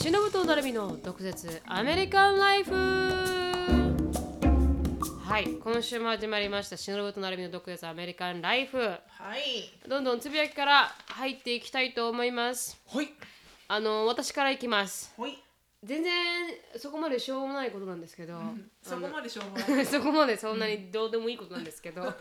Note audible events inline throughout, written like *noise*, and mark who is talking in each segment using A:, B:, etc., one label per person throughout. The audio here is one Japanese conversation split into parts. A: 忍と並びの毒舌アメリカンライフはい今週も始まりました忍と並びの毒舌アメリカンライフ
B: はい。
A: どんどんつぶやきから入っていきたいと思います
B: はい。
A: あの私からいきます
B: はい。
A: 全然そこまでしょうもないことなんですけど、
B: そこまでしょうもな
A: *laughs*
B: い。
A: そこまでそんなにどうでもいいことなんですけ *laughs* ど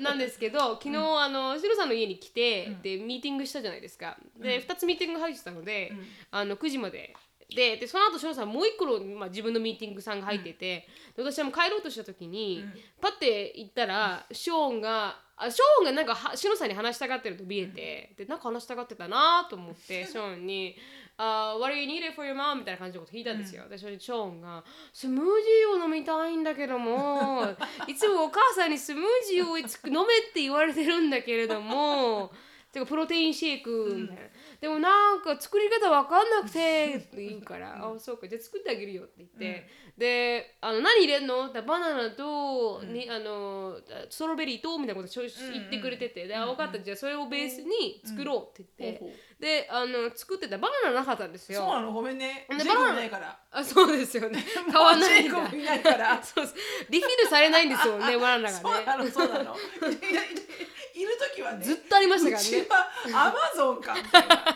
A: なんですけど昨日あのシロさんの家に来て、でミーティングしたじゃないですかで、2つミーティング入ってたので、
B: うん
A: あの9時まで。ででその後シロさんもう一個の、まあ、自分のミーティングさんが入ってて、で私はもう帰ろうとした時に、
B: うん
A: パッて行ったらショーンがあショーンがなんかはシロさんに話したがってると見えて、でなんか話したがってたなと思って *laughs* ショーンに「あ、What do you need it for your mom?」みたいな感じのこと聞いたんですよ。でそれでショーンが「スムージーを飲みたいんだけども *laughs* いつもお母さんにスムージーをいつ飲めって言われてるんだけれど *laughs* も」てかプロテインシェイクみたいな、でもなんか作り方わかんなくてって言うから「あそうかじゃあ作ってあげるよ」って言って、であの「何入れんの?」ってバナナと、にあのストロベリーとみたいなことしょ言ってくれてて「であ分かったじゃあそれをベースに作ろう」って言って、
B: ほうほ
A: であの作ってたバナナなかったんです
B: そうな
A: よ。
B: の、ごめんね。
A: で
B: ジェ
A: バ
B: イ
A: ナ
B: コ
A: ナ
B: ブないから。
A: あそうですよ
B: *laughs*
A: ね買わないん
B: もうジェ
A: だ
B: イコブいないから。
A: そうですリフィルされないんですよねバナナ
B: そ
A: が
B: うな
A: ね
B: の、そうなの。いやいやいる時はね。
A: ずっとありました
B: う
A: から
B: ち
A: ね
B: はアマゾンかみたいな。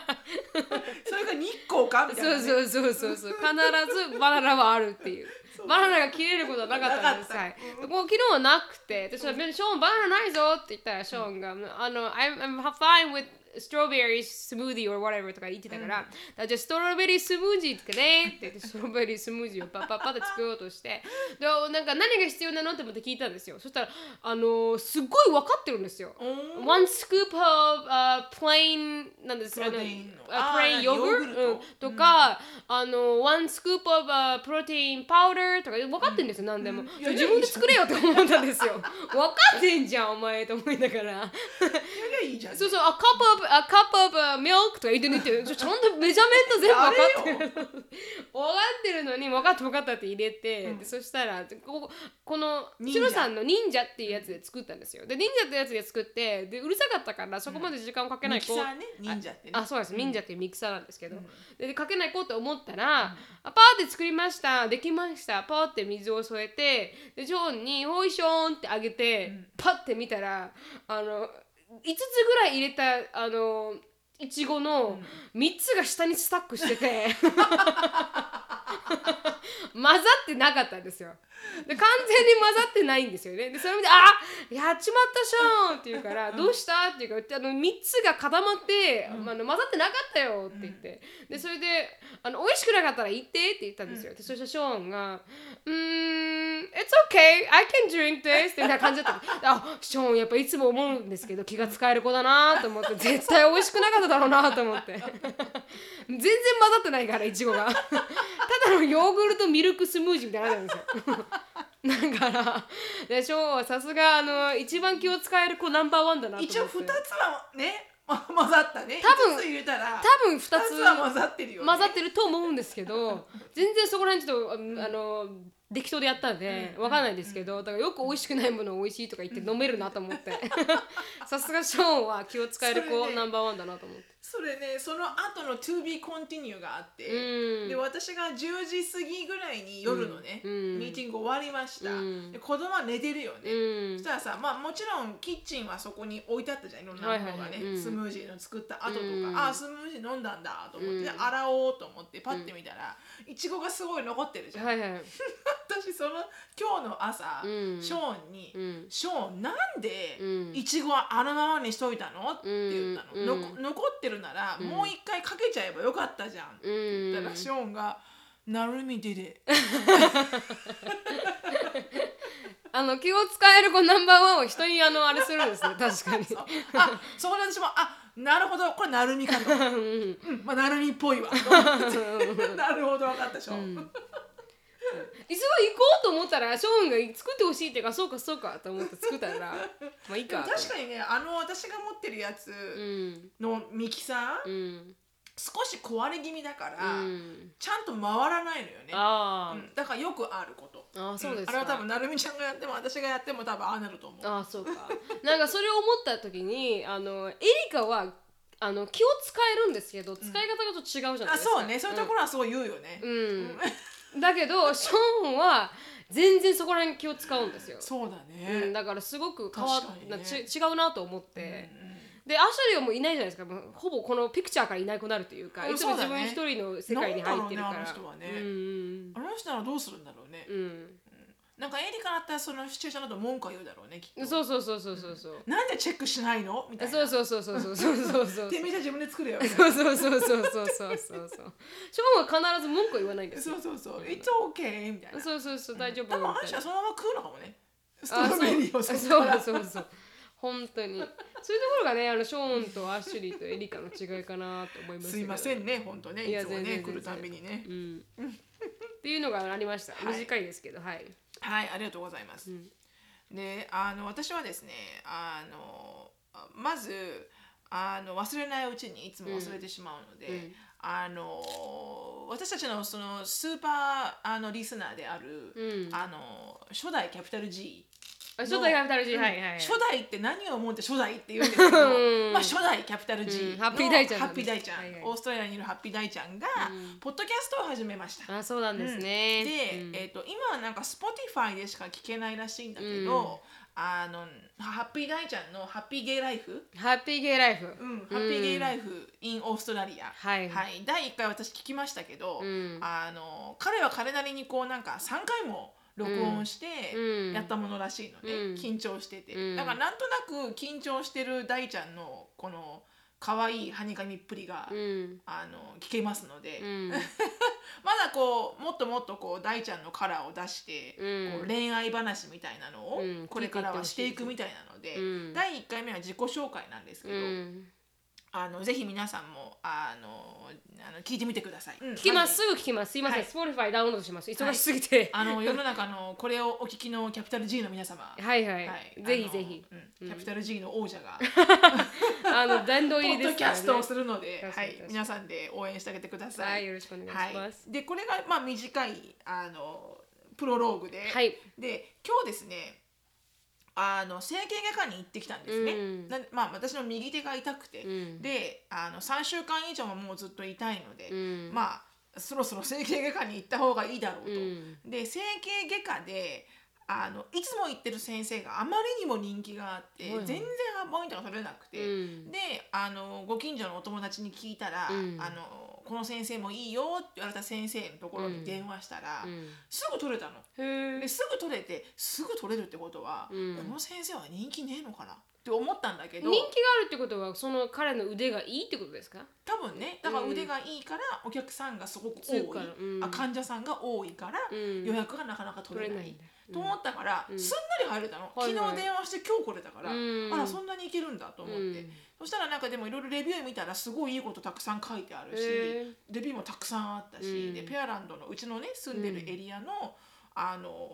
B: それか日光かみたいな
A: そう
B: ね。
A: そうそうそうそう必ずバナナはあるっていうバナナが切れることはなかったんです
B: な
A: は
B: か
A: いこう昨日はなくてでそれでショーンバナナないぞって言ったらショーンがあの I'm, I'm fine with strawberry smoothie or whatever とか言ってたから、あじゃあストロベリースムージーってねって言っ
B: *laughs*
A: てストロベリースムージーをパッパッパって作ろうとしてでなんか何が必要なのって思って聞いたんですよそしたらあのすっごい分かってるんですよ、
B: う
A: One scoop of、uh, plain なんですか
B: プロテイ
A: ね
B: ン。
A: あ
B: あ
A: plain
B: ー
A: ヨーグ
B: ヨー
A: ル
B: グル
A: ト
B: ト
A: とか、あの One scoop of、uh, protein powder とか分かってんですよ、何でも。
B: うんいや
A: 自分で作れよって思ったんです
B: *laughs*
A: よ。分かってんじゃんお前と思いながら。
B: ん。やりゃいいじゃん。
A: そうそう、a cup of a cup of uh, milk とか言ってねっ
B: *laughs*
A: て、ちょちゃんとメジャーメント全部分かってる。分か *laughs* ってるのに、分かった分かったって入れて、でそしたら、ここの、
B: 忍
A: シ
B: 者
A: ロさんの忍者っていうやつで作ったんですよ。で、忍者ってやつで作って、で、うるさかったから、そこまで時間をかけない
B: ミキ
A: 子。
B: サーね、忍者ってね。
A: あそうなんです忍者っていうミキサーなんですけど、でかけないこうと思ったら、あパーって作りましたできましたパーって水を添えてでジョーンに「ほいしょーん」ってあげて、パッて見たらあの5つぐらい入れたあのいちごの3つが下にスタックしてて。混ざってなかったんですよで完全に混ざってないんですよねでそれ見て「あやっちまったじゃん!」って言うから「どうした?」っていうからあの3つが固まって、まあ、あの混ざってなかったよって言ってでそれであの「美味しくなかったら言って」って言ったんですよでそしたらショーンが「うーん It's okay I can drink this」ってみたいな感じだったあショーンやっぱいつも思うんですけど気が使える子だなと思って絶対美味しくなかっただろうなと思って全然混ざってないからいちご
B: *laughs*
A: がただのヨーグルトミルクスムージーみたいになってるんですよ *laughs* だからでしょうさすがあの一番気を使える子ナンバーワンだなと思って
B: 一応二つはね、ま混ざったね。
A: 多分
B: 五つ入れたら。
A: 多分2つ
B: 二つは混ざってるよね。
A: 混ざってると思うんですけど全然そこら辺ちょっとああの適当でやったんでわかんないですけどだからよく美味しくないものを美味しいとか言って飲めるなと思
B: *laughs*
A: ってさすがショーンは気を使える
B: そ
A: 子
B: れね
A: ナンバーワンだなと思って
B: それねその後の To be continue があって、
A: うん
B: で私が10時過ぎぐらいに夜のね、
A: うんうん
B: ミーティング終わりました、
A: うん
B: で子供は寝てるよね、
A: うん
B: そしたらさ、まあ、もちろんキッチンはそこに置いてあったじゃんいろんなものがね、
A: はいはいはいうん
B: スムージーの作った後とか、
A: うん
B: ああスムージー飲んだんだと思って、
A: うん
B: で洗おうと思ってパッて見たら、いちごがすごい残ってるじゃん、
A: はいはい
B: 私その今日の朝、
A: うん
B: ショーンに、
A: うん
B: ショーンなんで
A: うん
B: いちごはあのままにしといたの?」って言ったの,、
A: うん
B: のこ残ってるなら、
A: うん
B: もう一回かけちゃえばよかったじゃん」って
A: うん
B: 言ったらショーンが「なるみでで
A: あの気を使える子ナンバーワンを人にあのあれするんですね確かに」
B: そうあそこで私も「あなるほどこれなるみかと」
A: うん
B: うんまあ、なるみっぽいわ」と思ってなるほど分かったでしょ、
A: うんいつも行こうと思ったらショーンが作ってほしいっていうからそうかそうかと思って作ったらまあいい
B: で
A: か
B: も
A: と
B: 確かにねあの私が持ってるやつ
A: うん
B: のミキサー、
A: うん
B: 少し壊れ気味だから、
A: うん
B: ちゃんと回らないのよね、
A: あ
B: うんだからよくあること
A: ああそうですか
B: あれは多分なるみちゃんがやっても私がやっても多分ああなると思う
A: ああそうかなんかそれを思った時にあのエリカはあの気を使えるんですけど使い方がちょっと違うじゃないですか、
B: あそうねそういうところはそう言うよね、
A: うん、うんだけどショーンは全然そこら辺気を使うんですよ、
B: そうだ
A: うん、
B: ね、
A: だからすごく変わっ
B: 確かに
A: な
B: ね
A: ち違うなと思って、でアシュリーはもういないじゃないですかもうほぼこのピクチャーからいなくなるというか、
B: うん
A: いつも
B: そ
A: 自
B: うだ
A: 分
B: ね
A: 一人の世界に入ってるから
B: なんだろうねあの人はね
A: うんうん
B: あの人ならどうするんだろうね、
A: うん
B: なんかエリカだったらそのシチュエーションだと文句は言うだろうねきっ
A: うん
B: と
A: そうそうそうそうそうそう
B: なんでチェックしないのみたいな
A: そうそうそうそうそうそうそうそう
B: *laughs* てめえじゃ自分で作れよ
A: そうそうそうそうそうそうそうそうショーンは必ず文句を言わないんですよ
B: そうそうそう「It's okay」みたいな
A: そうそうそう大丈夫
B: 多分
A: み
B: あの
A: たい
B: 人
A: な
B: はそのまま食うのかもねス
A: あ
B: トロベリーを
A: そ
B: *laughs* そうっから
A: そうそうそう本当にそういうところがねあのショーンとアシュリーとエリカの違いかなと思います
B: すいませんね本当ね
A: いや
B: いつも
A: 全
B: ね
A: 然
B: 来るたんびにね
A: うんっていうのがありました
B: はい
A: 短いですけどはい
B: はいありがとうございます、
A: うん
B: であの私はですねあのまずあの忘れないうちにいつも忘れてしまうので、
A: うんうん
B: あの私たちのそのスーパーあのリスナーである、
A: うん
B: あの初代キャピタル G
A: あちょっとやめたらしい
B: うん
A: はいはいはい
B: 初代って何をもって初代って言うんですけど、
A: *laughs* うん
B: まあ初代キャピタル G
A: うん
B: の
A: ハッピーダイちゃん
B: ハッピーダイちゃん
A: はいはい
B: オーストラリアにいるハッピーダイちゃんが、
A: うん
B: ポッドキャストを始めました。
A: あそうなんです
B: で、
A: ねうん
B: えっ、と今はなんか Spotify でしか聞けないらしいんだけど、あのハッピーダイちゃんのハッピーゲイライフ、
A: ハッピーゲイライフ
B: うん、ハッピーゲイライフ in オーストラリア、
A: はい
B: はい、第一回私聞きましたけど、
A: うん
B: あの彼は彼なりにこうなんか3回も録音して
A: うん
B: やったものらしいので、
A: うん
B: 緊張してて、
A: うん
B: だからなんとなく緊張してる大ちゃんのこの可愛いはにかみっぷりが、
A: うん
B: あの聞けますので、
A: うん
B: まだこうもっともっとこう大ちゃんのカラーを出して、
A: うん
B: こう恋愛話みたいなのを
A: うん
B: これからはしていくみたいなので、
A: うん
B: 第1回目は自己紹介なんですけ
A: う
B: ど、
A: ん
B: あのぜひ皆さんもあのあの聞いてみてください。
A: 聞きま
B: は
A: す
B: い
A: すぐ聞きますすいません
B: はい
A: Spotify ダウンロードします忙しすぎて
B: あの世の中のこれをお聞きのキャピタル G の皆様、
A: はいは
B: はい
A: ぜひぜひ
B: あのうんキャピタル G の王者が
A: あの殿堂
B: ポ
A: 入り
B: ッ
A: で
B: ド
A: す
B: キ
A: から
B: ャ
A: ね
B: ストをするので、
A: 確か
B: は
A: に
B: い
A: 確か、に
B: 皆さんで応援してあげてください。
A: はいよろしくお願いします
B: はい、でこれがまあ短いあのプロローグで、
A: はい
B: で今日ですね。あの整形外科に行ってきたんですね、
A: うん
B: なんまあ、私の右手が痛くて、
A: うん
B: であの3週間以上ももうずっと痛いので、
A: うん
B: まあそろそろ整形外科に行った方がいいだろうと、
A: うん
B: で整形外科であのいつも行ってる先生があまりにも人気があって、
A: はいはい
B: 全然ハーバーポイントが取れなくて、
A: うん
B: であのご近所のお友達に聞いたら、
A: うん
B: あのこの先生もいいよって言われた先生のところに電話したら、
A: うん
B: すぐ取れたの。
A: へ
B: で
A: え
B: すぐ取れてすぐ取れるってことは、
A: うん
B: この先生は人気ねえのかなって思ったんだけ
A: 人
B: ど
A: 気があるってことはその彼の腕がいいってことですか
B: 多分ねだから腕がいいからお客さんがすごく多い、
A: 強いからうん
B: あ患者さんが多いから
A: うん
B: 予約がなかなか取れない,、
A: 取れないんだうん
B: と思ったから、
A: うん
B: すんなり入れたの、
A: はいはい
B: 昨日電話して今日来れたから、
A: うん
B: あらそんなにいけるんだと思って、
A: うん
B: そしたらなんかでもいろいろレビュー見たらすごいいいことたくさん書いてあるし
A: へえ
B: レビューもたくさんあったし、
A: うん
B: でペアランドのうちのね住んでるエリアの、あの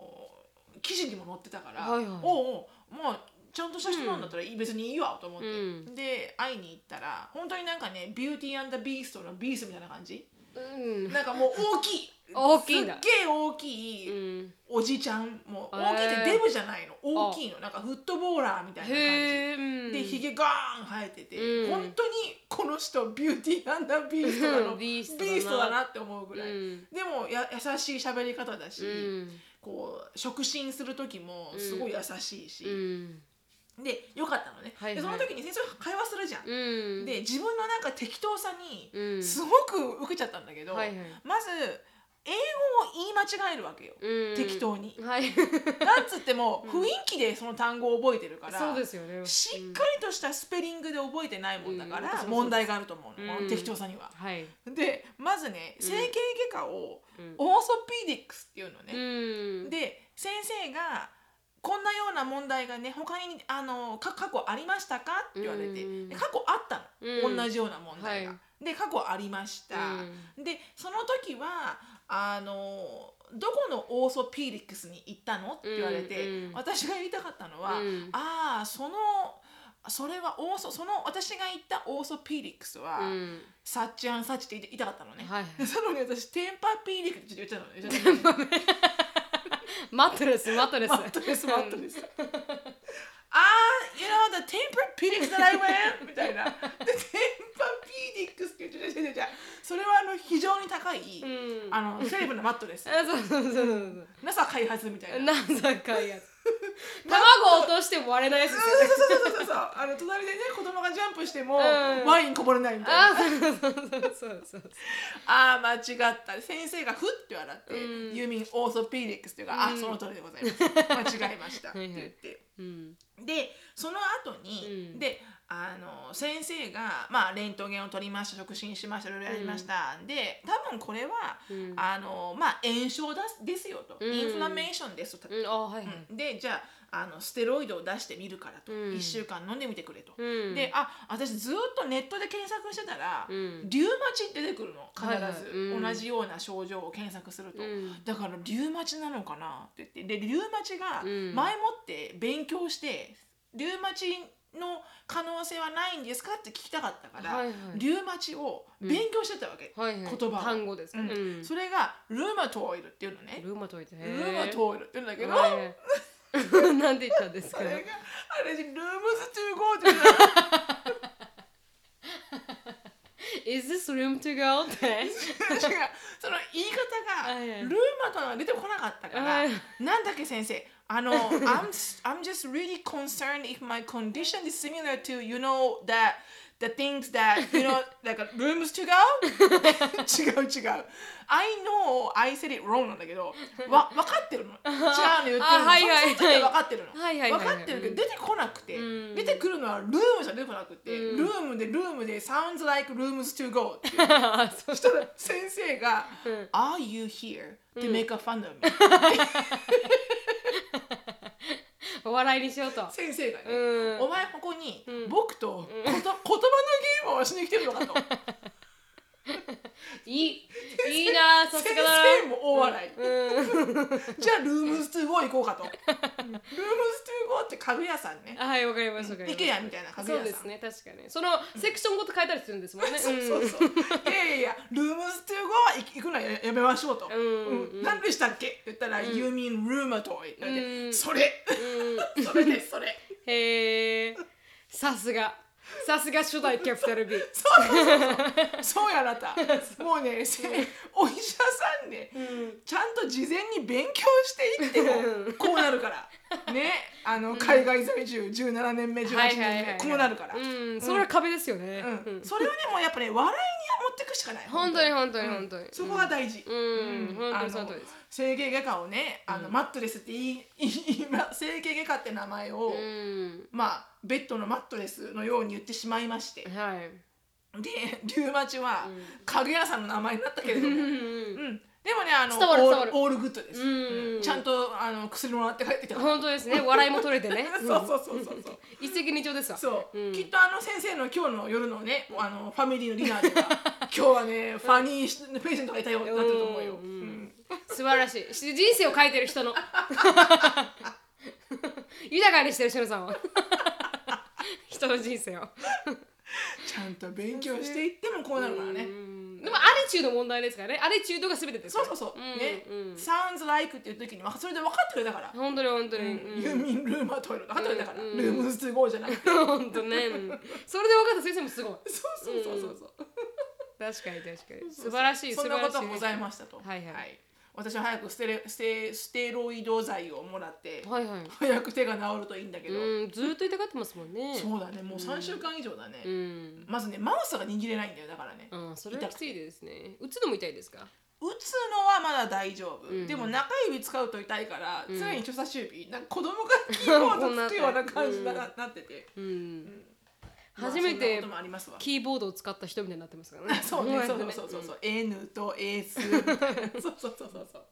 B: 記事にも載ってたから、
A: はいはい
B: おうおうもうちゃんとした人なんだったらいい、別にいいわと思って、
A: うん
B: で会いに行ったら本当になんかねビューティービーストのビーストみたいな感じ
A: うん
B: なんかもう大きい
A: *laughs* 大きいんだ
B: すっげえ大きい、
A: うん
B: おじちゃんもう
A: へー
B: 大きいってデブじゃないの大きいのなんかフットボーラーみたいな感じ
A: へえうん
B: でひげガーン生えてて、
A: うん
B: 本当にこの人ビューティービーストな
A: う
B: の
A: ん
B: ビ
A: ビ
B: ー
A: ー
B: ス
A: ス
B: ト
A: トだな
B: だなって思うぐらい、
A: うん
B: でもや優しい喋り方だし、
A: うん
B: こう触診する時もすごい優しいし、
A: うん
B: でよかったのね、
A: はいはい
B: でその時に先生と会話するじゃん、
A: うん
B: で自分のなんか適当さ
A: う
B: に
A: ん
B: すごく受けちゃったんだけど、
A: はいはい
B: まず英語を言い間違えるわけよ、
A: うん
B: 適当に。
A: はい
B: なんつっても雰囲気でその単語を覚えてるから、
A: そうですよね
B: しっかりとしたスペリングで覚えてないもんだか
A: うん私もそう
B: ら
A: です
B: 問題があると思うの、
A: うん
B: この適当さには。
A: はい
B: でまずね整形外科を
A: うん
B: オーソピディックスっていうのね。
A: うん
B: で先生がこんなような問題がね他にあのか過去ありましたかって言われて、
A: うん
B: で過去あったの、
A: うん
B: 同じような問題が。
A: は
B: で過去ありました。でその時はあのどこのオーソピーリックスに行ったのって言われて、
A: うんうん
B: 私が言いたかったのは、
A: うん
B: ああそのそれはオーソその私が言ったオーソピーリックスは、
A: うん
B: サッチアンサッチって言いたかったのね、
A: はいはい
B: *laughs* そのね私テンパピーリックってちょっと
A: *laughs*
B: 言っちゃったのね
A: マットレスマットレス
B: マットレスマットレスああ you know the temper p e d i c that I went みたいなでテンパいそれはあの非常に高い、
A: うん
B: あのセレブなマットです
A: あそうそうそうそう
B: 皆さん開発みたい *laughs* な
A: なんだかいやつ卵落としても割れないやつですよね
B: そうそうそうそうそうあの隣でね子供がジャンプしても、
A: うん
B: ワインこぼれないみたいな
A: あそうそうそうそうそう
B: あー間違った先生がふって笑って
A: う
B: 「
A: ん
B: ユーミンオーソピーリックス」っていうから
A: う
B: 「
A: ん
B: あその通りでござい
A: *laughs*
B: ます間違えました」っ
A: は
B: て
A: いはい
B: 言って
A: うん
B: でその後に、
A: うん
B: であの先生が、まあ、レントゲンを取りました触診しましたいろいろやりました、で多分これは
A: うん
B: あの、まあ、炎症だですよと、
A: うん
B: インフラメーションですと、
A: うんあはいはい
B: うんでじゃああのステロイドを出してみるからと、
A: うん
B: 1週間飲んでみてくれと。
A: うん
B: であ私ずっとネットで検索してたら、
A: うん
B: リウマチって出てくるの必
A: はいはい
B: ず、
A: うん
B: 同じような症状を検索すると、
A: うん
B: だからリウマチなのかなって言ってでリウマチが
A: うん
B: 前もって勉強して、リウマチの可能性はないんですかって聞きたかったから、
A: はいはい
B: リウマチを勉強してたわけ、
A: はいはい
B: 言葉を
A: 単語ですね
B: うん
A: うん
B: それがルマトイドっていうのね
A: ルーマトイドね
B: ルマトイドって言うんだけど、
A: はい
B: *laughs*
A: なんで言ったんです
B: そ
A: か
B: れが私ルームズ15って言うの
A: Is this room to go?
B: *laughs*
A: って
B: 違うその言い方が
A: はいはい
B: ルーマトが出てこなかったか
A: は
B: ら
A: い
B: なんだっけ先生
A: *laughs*
B: あの I'm, s- I'm just really concerned if my condition is similar to you know that the things that you
A: *laughs*
B: know like rooms to go *laughs* 違う違う I know I said it wrong なんだけど
A: *laughs*
B: わ分かってるの違うの言ってるの
A: あはいはいはい
B: その時は分かってるの、
A: はいはいはいはい
B: 分かってるけど出てこなくて、
A: うん
B: 出てくるのはルームじゃ出てこなくて、
A: うん
B: ルームでルームで sounds like rooms to go って
A: あそう
B: そしたら先生が
A: うん
B: 「Are you here to make a fun of me?」
A: お笑いにしようと
B: 先生がね、
A: うん
B: お前ここに
A: うん
B: 僕とこと、言葉のゲームをしに来てるのかと
A: *laughs* いいいいなさす
B: 先
A: がだ
B: 生も大笑い、
A: うん
B: じゃあルームス2ゴー行こうか
A: *laughs*
B: とルームス2ゴーって家具屋さんね
A: あはいわかりますわかります
B: IKEA みたいな家具
A: そ
B: 屋さ
A: うんですね確かにそのセクションごと変えたりするんですもんね
B: そうそうそういやいやいやルームス2ゴー行くのはややめましょうと、
A: ん
B: うん何でしたっけって言ったら「You mean rheumatoid」
A: うん
B: それ
A: うんうん
B: *laughs* それですそれ
A: へえさすがさすが初代キャピタル B *laughs*
B: そうそうそうそうそうやあなたもうねせお医者さんね、ちゃんと事前に勉強していってもこうな
A: *laughs*
B: るからねあの海外在住17年目18年目、こうなるから、
A: うんそれは壁ですよね
B: うん
A: うん
B: それをねもうやっぱね笑いに持っていくしかない
A: 本当に本当に
B: うん
A: 本当に
B: そこが大事、
A: うん
B: うん
A: 本当
B: あ
A: にその
B: の
A: 通りです
B: 整形外科をねあの、マットレスって言い言いま整形外科って名前を、
A: うん
B: まあベッドのマットレスのように言ってしまいまして、
A: はい
B: でリウマチは
A: うん
B: 家具屋さんの名前になったけれども、
A: う
B: うん
A: ん
B: でもねあの
A: 伝わる
B: オ
A: 伝わ
B: ー
A: る
B: ルオールグッドです、
A: うん
B: ちゃんとあの薬もらって帰ってきたから
A: 本当ですね笑いも取れてね
B: そうそうそうそうそう
A: 一石二鳥ですわ
B: そう、
A: うん
B: きっとあの先生の今日の夜のねあのファミリーのディナーでは
A: *laughs*
B: 今日はねファニーペイシェントがいたよってなってると思うよ、
A: うん
B: うん
A: 素晴らしいし人生を変えてる人の *laughs* 豊かにしてるしのさんは *laughs* 人の人生を
B: ちゃんと勉強していってもこうなるからね、
A: うんでもアリチュード問題ですからねアリチュードが全てです
B: そ
A: か
B: う
A: ら
B: そうそう、
A: ん
B: ね、
A: うん、
B: sounds like っていう時にわそれで分かってくれたから、
A: 本当に本当に、うん
B: ユーミンルーマトイレ分かってくれたから、
A: うん
B: ルームスゴーじゃなく
A: *laughs*
B: て
A: 本当ね、うんそれで分かった先生もすごい
B: そうそうそうそうそう、
A: 確かに確かに素晴らしい
B: そ
A: 素
B: ん
A: 晴ら
B: なこ
A: しい
B: ともございましたと。
A: はいはい
B: 私は早くステレステステロイド剤をもらって、
A: はいはい
B: 早く手が治るといいんだけど、
A: うんずっと痛がってますもんね
B: そうだね、もう三週間以上だね、
A: うん、
B: まずね、マウスが握れないんだよ、だからね。
A: あーそれは
B: 痛
A: き
B: く
A: ついですね打つのも痛いですか
B: 打つのはまだ大丈夫、
A: うん
B: でも中指使うと痛いから、
A: ん
B: 常に人差し指なんか子供がキーボードつくような感じにな,、
A: こんな
B: なってて、
A: うん、
B: まあ
A: *laughs* 初めて
B: そんなこともありますわ
A: キーボードを使った人みたいになってますからね
B: *laughs* そうねそうそうそうそううんそう、N と
A: *laughs*
B: S みたいなそうそうそうそうそう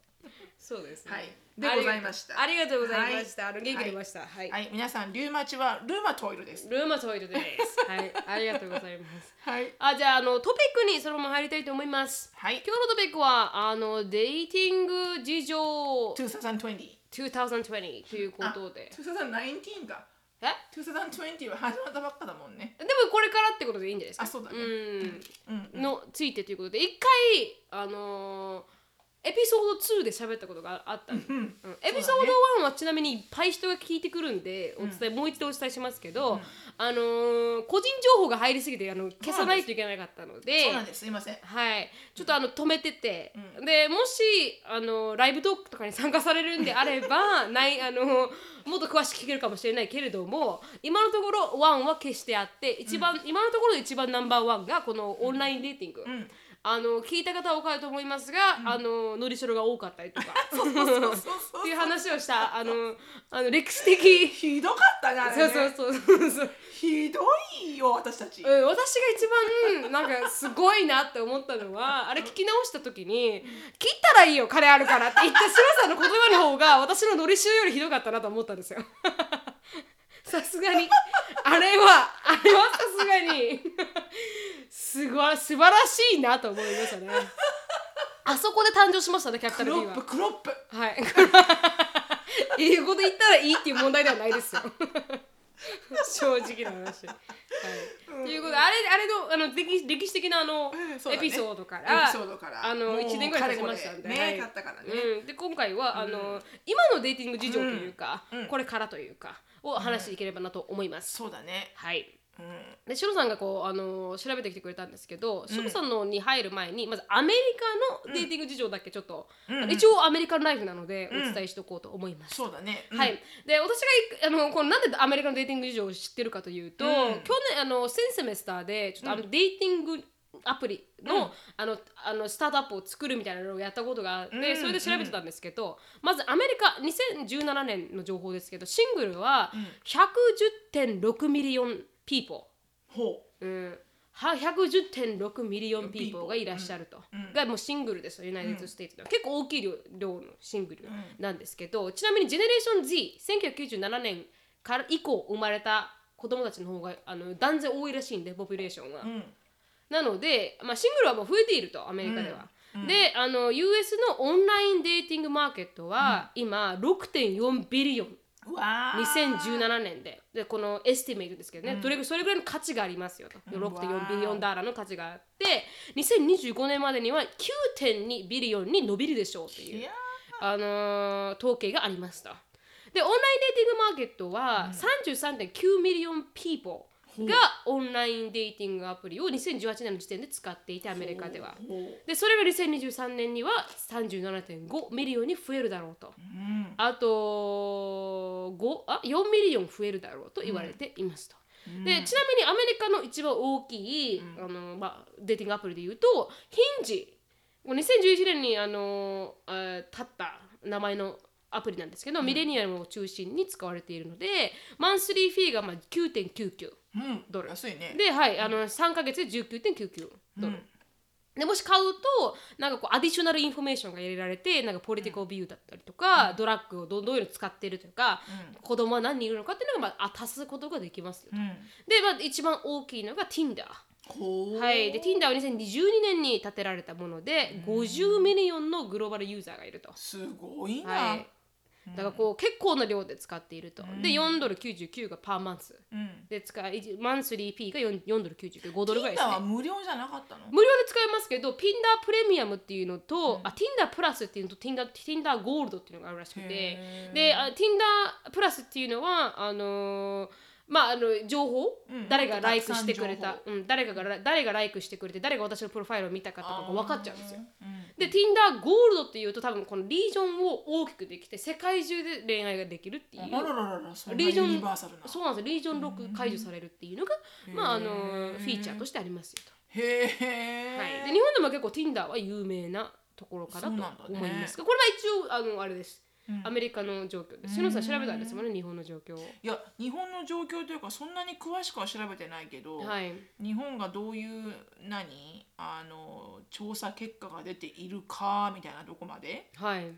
A: そうですね、
B: はいでございました
A: ありがとうございました、あの元気出ましたはい、
B: はい皆さんリュウマチはルーマトイルです
A: ルーマトイドですはいありがとうございます
B: はい
A: あじゃああのトピックにそのまま入りたいと思います
B: はい
A: 今日のトピックはあのデーティング事情
B: 2020
A: 2020ということで
B: 2019か
A: え
B: 2020は始まったばっかだもんね
A: でもこれからってことでいいんじゃないですか
B: あそうだね
A: うん、
B: うん
A: のついてということで一回あのーエピソード2で喋ったことがあったの
B: うん
A: うんエピソード1はちなみにいっぱい人が聞いてくるんでお伝え、もう一度お伝えしますけど、あのー個人情報が入りすぎてあの消さないといけなかったので
B: そうなんですすいません
A: *laughs* はい、ちょっとあの止めてて、
B: うん
A: でもしあのライブトークとかに参加されるんであれ
B: *laughs*
A: ばないあのもっと詳しく聞けるかもしれないけれども今のところワンは消してあって一番、今のところで一番ナンバーワンがこのオンラインデーティング、
B: ん
A: あの聞いた方は多かると思いますが、あのノリショロが多かったりと
B: *laughs*
A: かっていう話を *laughs* したあのあの歴史的
B: ひどかったねあれ
A: そう
B: ね
A: そうそうそう。
B: ひどいよ私たち、
A: うん、私が一番なんかすごいなって思ったのは *laughs* あれ聞き直した時に「切ったらいいよ金あるから」って言った白さんの言葉の方が私ののりしおよりひどかったなと思ったんですよ。 *laughs* さすがにあれはあれはさすがにすごい素晴らしいなと思いましたね。あそこで誕生しましたねキャピタ
B: ク
A: ル D
B: ロ
A: は
B: ップ。クロップ
A: はい。 *laughs* 英語で言ったらいいっていう問題ではないですよ。正直な話。はい。ということで、あれ、あれの、あの、歴史歴史的な、あの、
B: うんそう
A: エ
B: だね
A: ピソードから。
B: エピソードから
A: あ
B: も
A: の、
B: う
A: 一年ぐらい経ちましたんで。
B: かれこれね
A: はい
B: 経ったからね
A: うん、で、今回は、あの、今のデーティング事情というか、
B: うんうん
A: これからというか、を話していければなと思います。
B: そうだね
A: はい。
B: うん
A: でシロさんがこう、あの調べてきてくれたんですけど、シロさんのに入る前にまずアメリカのデーティング事情だけちょっと、
B: うん
A: あの一応アメリカンライフなので
B: うん
A: お伝えしておこうと思います。
B: そうだね、うん
A: はい、で私がいあのこのなんでアメリカのデーティング事情を知ってるかというと、
B: うん
A: 去年あの先セメスターでちょっとあの、デーティングアプリの,、あのあのスタートアップを作るみたいなのをやったことがあって、
B: うん
A: それで調べてたんですけど、まずアメリカ2017年の情報ですけどシングルは110.6ミリオンピーポー。
B: ほ
A: うん、は110.6ミリオンピーポー
B: people
A: がいらっしゃると、
B: うんうん
A: がもうシングルですよユナイテッド・ステイツの、結構大きい量量のシングル
B: ん
A: なんですけど、ちなみにジェネレーション Z1997 年から以降生まれた子供たちの方があの断然多いらしいんでポピュレーションが、
B: ううん
A: なので、まあ、シングルはもう増えているとアメリカでは、
B: うんうん
A: であの US のオンラインデーティングマーケットは、今6.4ビリオン
B: うわー
A: 2017年ででこのエスティメイトですけどね、
B: うん
A: どれぐそれぐらいの価値がありますよと
B: うん
A: 6.4ビリオンダーラーの価値があって2025年までには9.2ビリオンに伸びるでしょうと
B: い
A: いう、
B: や
A: あのー統計がありましたでオンラインデーティングマーケットは33.9ミリオンピーポーがオンラインデーティングアプリを2018年の時点で使っていてア
B: ア
A: メリカではでそれが2023年には37.5ミリオンに増えるだろうと
B: うん
A: あと5あ4ミリオン増えるだろうと言われていますと。でちなみにアメリカの一番大きい、あのまあ、デーティングアプリで言うとヒンジもう2011年にあのあ立った名前のアプリなんですけど、ミレニアムを中心に使われているのでマンスリーフィーがまあ9.99
B: うん
A: ドル
B: 安いね
A: で、はい、あの3ヶ月で19.99ドル。
B: うん
A: でもし買うとなんかこうアディショナルインフォメーションが入れられてなんかポリティコビューだったりとか、ドラッグをどどういうの使ってるとか、子供は何人いるのかっていうのが、まあ、あ足すことができますよ、
B: うん
A: で、まあ、一番大きいのが Tinder、
B: ほう
A: はい、で Tinder は2022年に建てられたもので、50ミリオンのグローバルユーザーがいると、
B: すごいな、
A: はい、だからこう結構な量で使っていると、で4ドル99がパーマンス
B: うん
A: で使いマンスリー P が 4, 4ドル99 5ドルぐらいです
B: 今
A: ね
B: は無料じゃなかったの
A: 無料で使えますけど Tinder プレミアムっていうのと、あ Tinder プラスっていうのと Tinder, Tinder ゴールドっていうのがあるらしくて
B: へー
A: であ Tinder プラスっていうのはあのーまああの情報、
B: うん
A: 誰がライクしてくれ
B: た
A: た
B: く、
A: うん、誰かがラ誰がライクしてくれて誰が私のプロファイルを見たかとかが分かっちゃうんですよ。
B: うん
A: で Tinder ゴールドっていうと多分このリージョンを大きくできて世界中で恋愛ができるっていう
B: あららららそんな
A: リ
B: ユ
A: ージョン
B: ニバーサルな
A: そうなんですよリージョンロック解除されるっていうのが、まああのーフィーチャーとしてありますよと。
B: へえ、
A: はい、で日本でも結構 Tinder は有名なところかな
B: そうなんだ
A: と
B: ね
A: 思いますが、これは一応あのあれです、
B: うん
A: アメリカの状況です篠田さん調べたんですもんね日本の状況を
B: いや日本の状況というかそんなに詳しくは調べてないけど、
A: はい
B: 日本がどういう何あの調査結果が出ているかみたいなとこまで
A: はい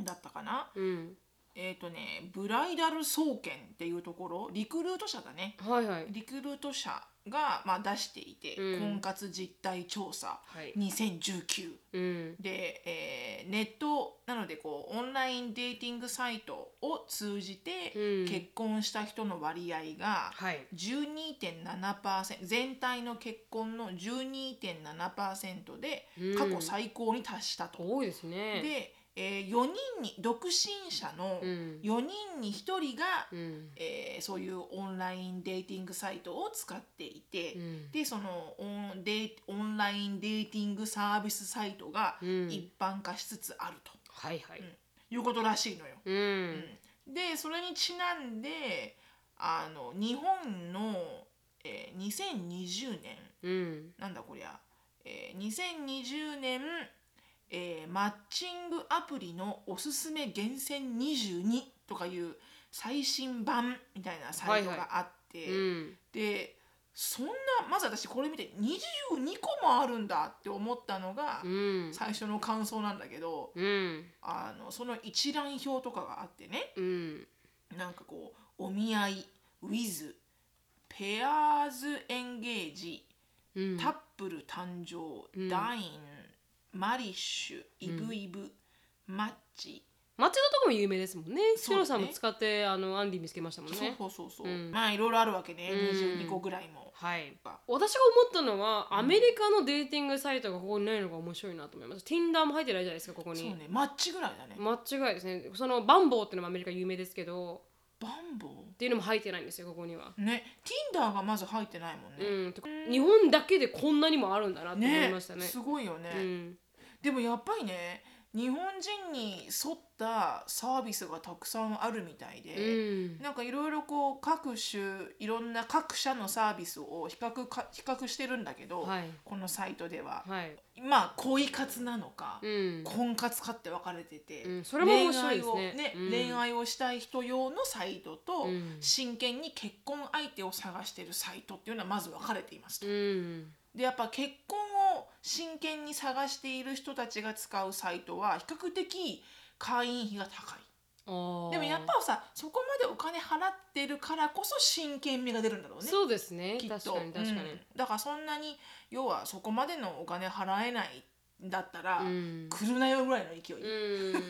B: だったかな
A: うん
B: えっ、とねブライダル総研っていうところリクルート社だね
A: はいはい
B: リクルート社が、まあ、出していて、
A: うん
B: 婚活実態調査
A: はい
B: 2019
A: うん
B: で、えーネットなのでこうオンラインデーティングサイトを通じて
A: うん
B: 結婚した人の割合が
A: はい
B: 12.7%全体の結婚の12.7%で
A: うん
B: 過去最高に達したと。
A: 多いですね
B: で、えー、4人に独身者の
A: うん
B: 4人に1人が、
A: うん
B: えーそういうオンラインデーティングサイトを使っていて、
A: うん
B: でそのオンデーオンラインデーティングサービスサイトが
A: うん
B: 一般化しつつあると
A: はいはい
B: いうことらしいのよ。
A: うん
B: でそれにちなんであの日本の、えー2020年
A: うん
B: なんだこりゃ、えー2020年、えーマッチングアプリのおすすめ厳選22とかいう最新版みたいなサイトがあって、
A: うん
B: でそんなまず私これ見て22個もあるんだって思ったのが
A: うん
B: 最初の感想なんだけど、
A: うん
B: あのその一覧表とかがあってね、
A: うん
B: なんかこうお見合い with ペアーズエンゲージ、
A: うん
B: タップル誕生、
A: うん
B: ダインマリッシュイブイブ、マッチ、
A: 町田とかも有名ですもんねシ
B: そうね
A: ロさんも使ってあのアンディ見つけましたもん
B: そう
A: ね
B: そうそうそう、
A: うん
B: まあいろいろあるわけね、
A: うん
B: 22個ぐらいも。
A: はい
B: とか
A: 私が思ったのは、アメリカのデーティングサイトがここにないのが面白いなと思います Tinder も入ってないじゃないですかここ
B: そう
A: に、
B: ねマッチぐらいだね、
A: 間違いですねそのバンボーってのもアメリカ有名ですけど
B: バンボ
A: っていうのも入ってないんですよここには
B: ーね Tinder がまず入ってないもんね、
A: うん、と日本だけでこんなにもあるんだなって思
B: ね
A: いましたね。
B: すごいよね、
A: うん、
B: でもやっぱりね日本人に沿ったサービスがたくさんあるみたいで、
A: うん、
B: なんかいろいろこう各種いろんな各社のサービスを比較か比較してるんだけど、
A: はい
B: このサイトでは、
A: はい、
B: まあ恋活なのか、
A: うん、
B: 婚活かって分かれてて、
A: うんそれも面白いですね
B: 恋愛を
A: うん
B: 恋愛をしたい人用のサイトと、
A: うん
B: 真剣に結婚相手を探してるサイトっていうのはまず分かれていますと。
A: うん、
B: でやっぱ結婚を真剣に探している人たちが使うサイトは比較的会員費が高い。
A: あー
B: でもやっぱさそこまでお金払ってるからこそ真剣味が出るんだろうね
A: そうですね、
B: きっ
A: 確
B: と
A: かに確か
B: うんだからそんなに要はそこまでのお金払えないんだったら、
A: に、うん、
B: 来るなよぐらいの勢い、
A: うん、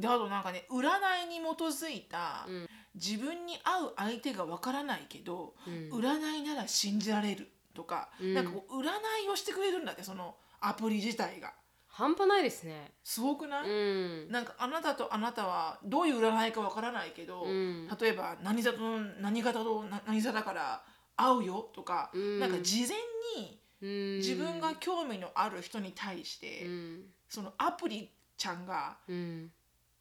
B: であとなんかね占いに基づいた、
A: うん
B: 自分に合う相手がわからないけど、
A: うん
B: 占いなら信じられるとか、
A: うん
B: なんかこう占いをしてくれるんだってそのアプリ自体が
A: 半端ないですね。
B: すごくない、
A: うん、
B: なんかあなたとあなたはどういう占いかわからないけど、
A: うん、
B: 例えば何座と何型とな何座だから会うよとか、
A: うん
B: なんか事前に
A: うん
B: 自分が、興味のある人に対し
A: う
B: て、
A: ん、
B: そのアプリちゃんが
A: うん、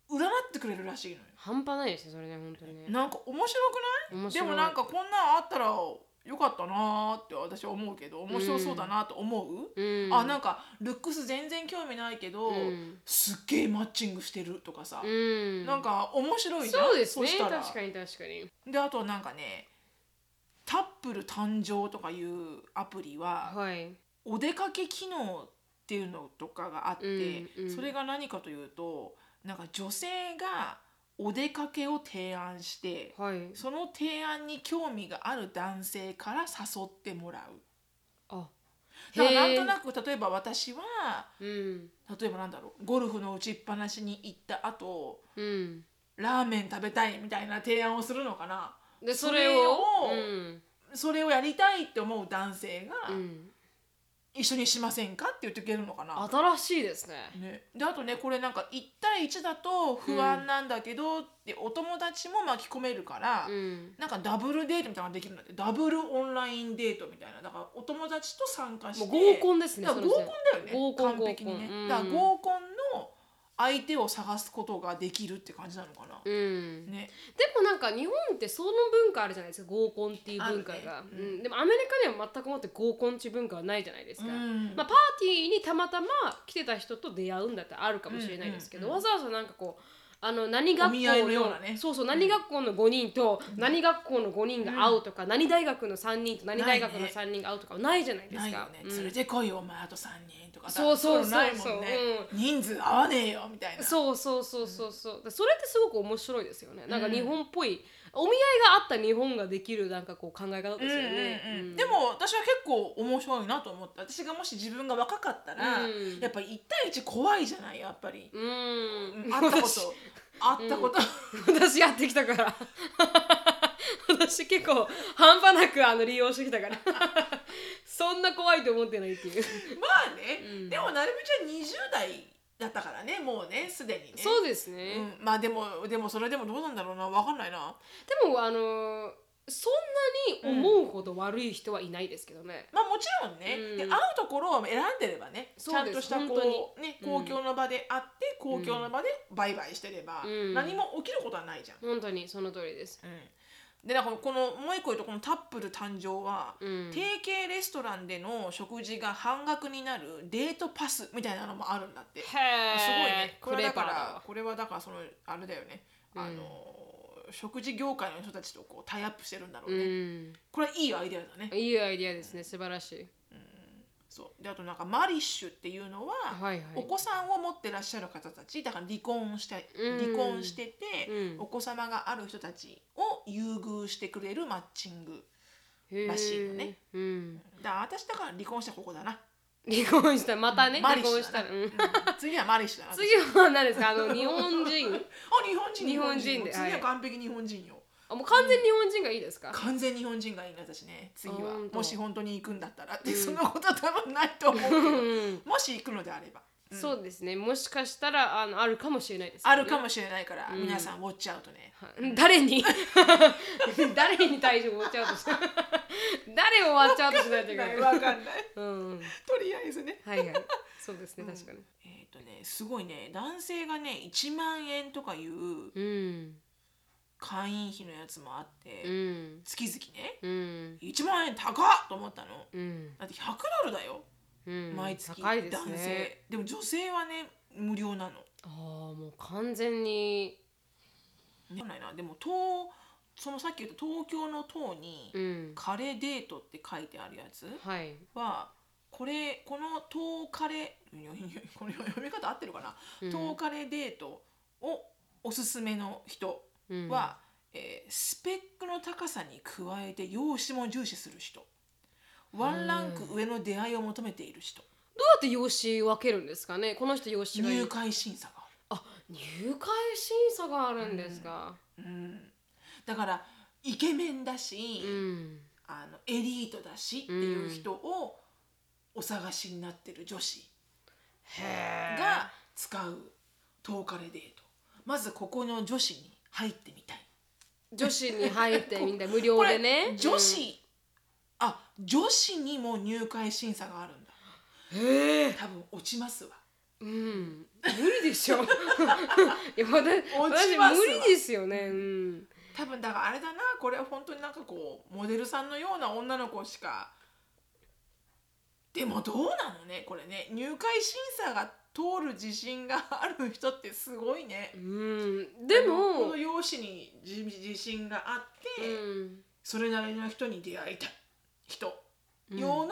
B: 占ってくれるらしいのよ。
A: 半端ないですね、それね、本当にね。
B: なんか面白くない
A: 面白い
B: でもなんかこんなんあったらよかったなーって私は思うけど面白そうだなと思う、
A: うん、
B: あなんかルックス全然興味ないけど、
A: うん
B: すっげえマッチングしてるとかさ、
A: うん、
B: なんか面白いじゃん
A: そうですね、
B: したら
A: 確かに確かに、
B: であとなんかね「タップル誕生」とかいうアプリは
A: はい、
B: お出かけ機能っていうのとかがあって、
A: うんうん
B: それが何かというとなんか女性がお出かけを提案して
A: はい、
B: その提案に興味がある男性から誘ってもらう。
A: あ、
B: だから
A: へー
B: なんとなく例えば私は
A: うん、
B: 例えばなんだろうゴルフの打ちっぱなしに行った後
A: うん、
B: ラーメン食べたいみたいな提案をするのかな
A: で
B: そ
A: そ
B: れ
A: れ
B: を
A: を、うん。
B: それをやりたいって思う男性が、
A: うん、
B: 一緒にしませんかって言ってくれるのかな。
A: 新しいですね。
B: ね、であとねこれなんか1対1だと不安なんだけど、でお友達も巻き込めるから、
A: うん、
B: なんかダブルデートみたいなのができるんだってダブルオンラインデートみたいなだからお友達と参加し
A: も
B: て
A: う合コンですね。
B: だから合
A: そ
B: コ
A: れ
B: ン
A: こ
B: だよね
A: 合コン
B: 完璧に
A: 合
B: ね
A: コンうん
B: だから合コンの相手を探すことができるって感じなのかな、
A: そうん、で
B: ね
A: もなんか日本ってその文化あるじゃないですか合コンっていう文化
B: あ
A: が、
B: る
A: う
B: ねうん
A: ん、でもアメリカでは全くもって合コンっていう文化はないじゃないですか、
B: うん
A: まあ、パーティーにたまたま来てた人と出会うんだってあるかもしれないですけど、
B: うんうん
A: わ
B: う
A: ざわざなんかこうあの何
B: お
A: 学校
B: 見合いのよう
A: の
B: なね
A: そうそう何学校の5人と何学校の5人が会うとか、何大学の3人と何大学の3人が会うとかはないじゃないですか。
B: ないよね、
A: うん
B: 連れてこいよお前あと3人とかさ
A: そうそうそうそう
B: いのないもんね、人数合わねえよみたいな
A: そうそうそうそうそう、だそれってすごく面白いですよねなんか日本っぽい、お見合いがあった日本ができるなんかこう考え方
B: う
A: で
B: ん
A: す
B: うん
A: よね、
B: う
A: うん
B: ん、でも私は結構面白いなと思った私がもし自分が若かったら、
A: うん
B: やっぱり1対1怖いじゃないやっぱり、
A: *laughs* うん
B: 会ったこと会ったこと、
A: 私私やってきたから *laughs* 私結構半端なくあの利用してきたから *laughs* そんな怖いと思ってないっていう
B: まあね、
A: うん
B: でもなるみちゃん20代だったからねもうねすでにね
A: そうです
B: う
A: ね、
B: ん、まあでもでもそれでもどうなんだろうなわかんないな
A: でもあのーそんなに思うほど悪い人はいないですけどね、
B: まあもちろんね、
A: うん
B: で会うところを選んでればねち
A: そ
B: ゃ
A: うんです
B: とした
A: 本当に
B: こう、ね、公共の場で会って公共の場でバイバイしてれば、
A: うん
B: 何も起きることはないじゃん。
A: 本当にその通りです
B: うん、でだからこのもう一個言うとこのタップル誕生は、
A: うん
B: 定型レストランでの食事が半額になるデートパスみたいなのもあるんだって。
A: す
B: す
A: ごい
B: ごいね。これはだか
A: だ
B: ら
A: わ
B: これはだからそのあれだよね。あの食事業界の人たちとこうタイアップしてるんだろ
A: う
B: うね。
A: ん
B: これいいアイデアだね。
A: いいアイディアですね素晴らしい
B: そうであとなんかマリッシュっていうのは、
A: はいはい
B: お子さんを持ってらっしゃる方たちだから離婚したい
A: うん
B: 離婚してて、
A: うん
B: お子様がある人たちを優遇してくれるマッチングらしいよね
A: へーうん
B: だから私だから離婚したここだな
A: 離婚したまたね
B: マ
A: 離
B: リッシ
A: 婚
B: ュ
A: し
B: だ
A: た
B: な
A: ら、 *laughs* うん、
B: うん次はマリッシュだな
A: 次は何ですかあ
B: *laughs*
A: の日本人
B: あ日本人
A: 日本人で
B: もう
A: は
B: 次はい完璧日本人よ、
A: あもう完全に日本人がいいですか
B: 完全日本人がいいな私ね次は
A: 本当
B: もし本当に行くんだったらって、
A: うん
B: そんなことは多分ないと思うけど
A: *laughs* うん
B: もし行くのであれば、うん
A: そうですねもしかしたらあのあるかもしれないですね、
B: あるかもしれないから、
A: うん
B: 皆さんウォッチアウトね
A: *laughs* 誰に *laughs* 誰に対して終わっちゃうとし
B: *laughs*
A: 誰を終わっちゃうとしないといけない、
B: わかんない
A: うん、
B: とりあえずね
A: はいはいそうですね確かに
B: えっ、とねすごいね男性がね1万円とかいう
A: うん
B: 会員費のやつもあって、
A: うん
B: 月々ね
A: うん
B: 1万円高っと思ったの
A: うん
B: だって100ドルだよ、
A: うん
B: 毎月
A: 高いですね
B: 男性でも女性はね無料なの、
A: ああもう完全に
B: ね、わかんないなでも東そのさっき言った東京の塔に
A: うん
B: カレーデートって書いてあるやつ
A: はい
B: はこれこの東カレーこれ読み方合ってるかな、
A: うん
B: 東カレーデートをおすすめの人
A: うん
B: は、えースペックの高さに加えて容姿も重視する人ワンランク上の出会いを求めている人、
A: どうやって養子分けるんですかねこの人養子がいい
B: 入会審査があ
A: あ入会審査があるんですか
B: る、うん、だからイケメンだし、
A: うん
B: あのエリートだしっていう人をお探しになってる女子
A: へえ
B: が使う10日レデートまずここの女子に入ってみたい
A: 女子に入ってみんな無料でね
B: 女子、あ女子にも入会審査があるんだ
A: うんへえ
B: 多分落ちますわ
A: うん、無理でしょ。い *laughs* や、まだ、
B: 落
A: 私
B: ちますわ
A: 無理ですよね。うん。
B: 多分だからあれだなこれは本当になんかこうモデルさんのような女の子しかでもどうなのねこれね入会審査が通る自信がある人ってすごいね
A: うん、で
B: あのこ
A: も
B: の。容姿に自自信があっ
A: う
B: て、
A: ん。
B: それなりの人に出会いたい人
A: うん
B: 用の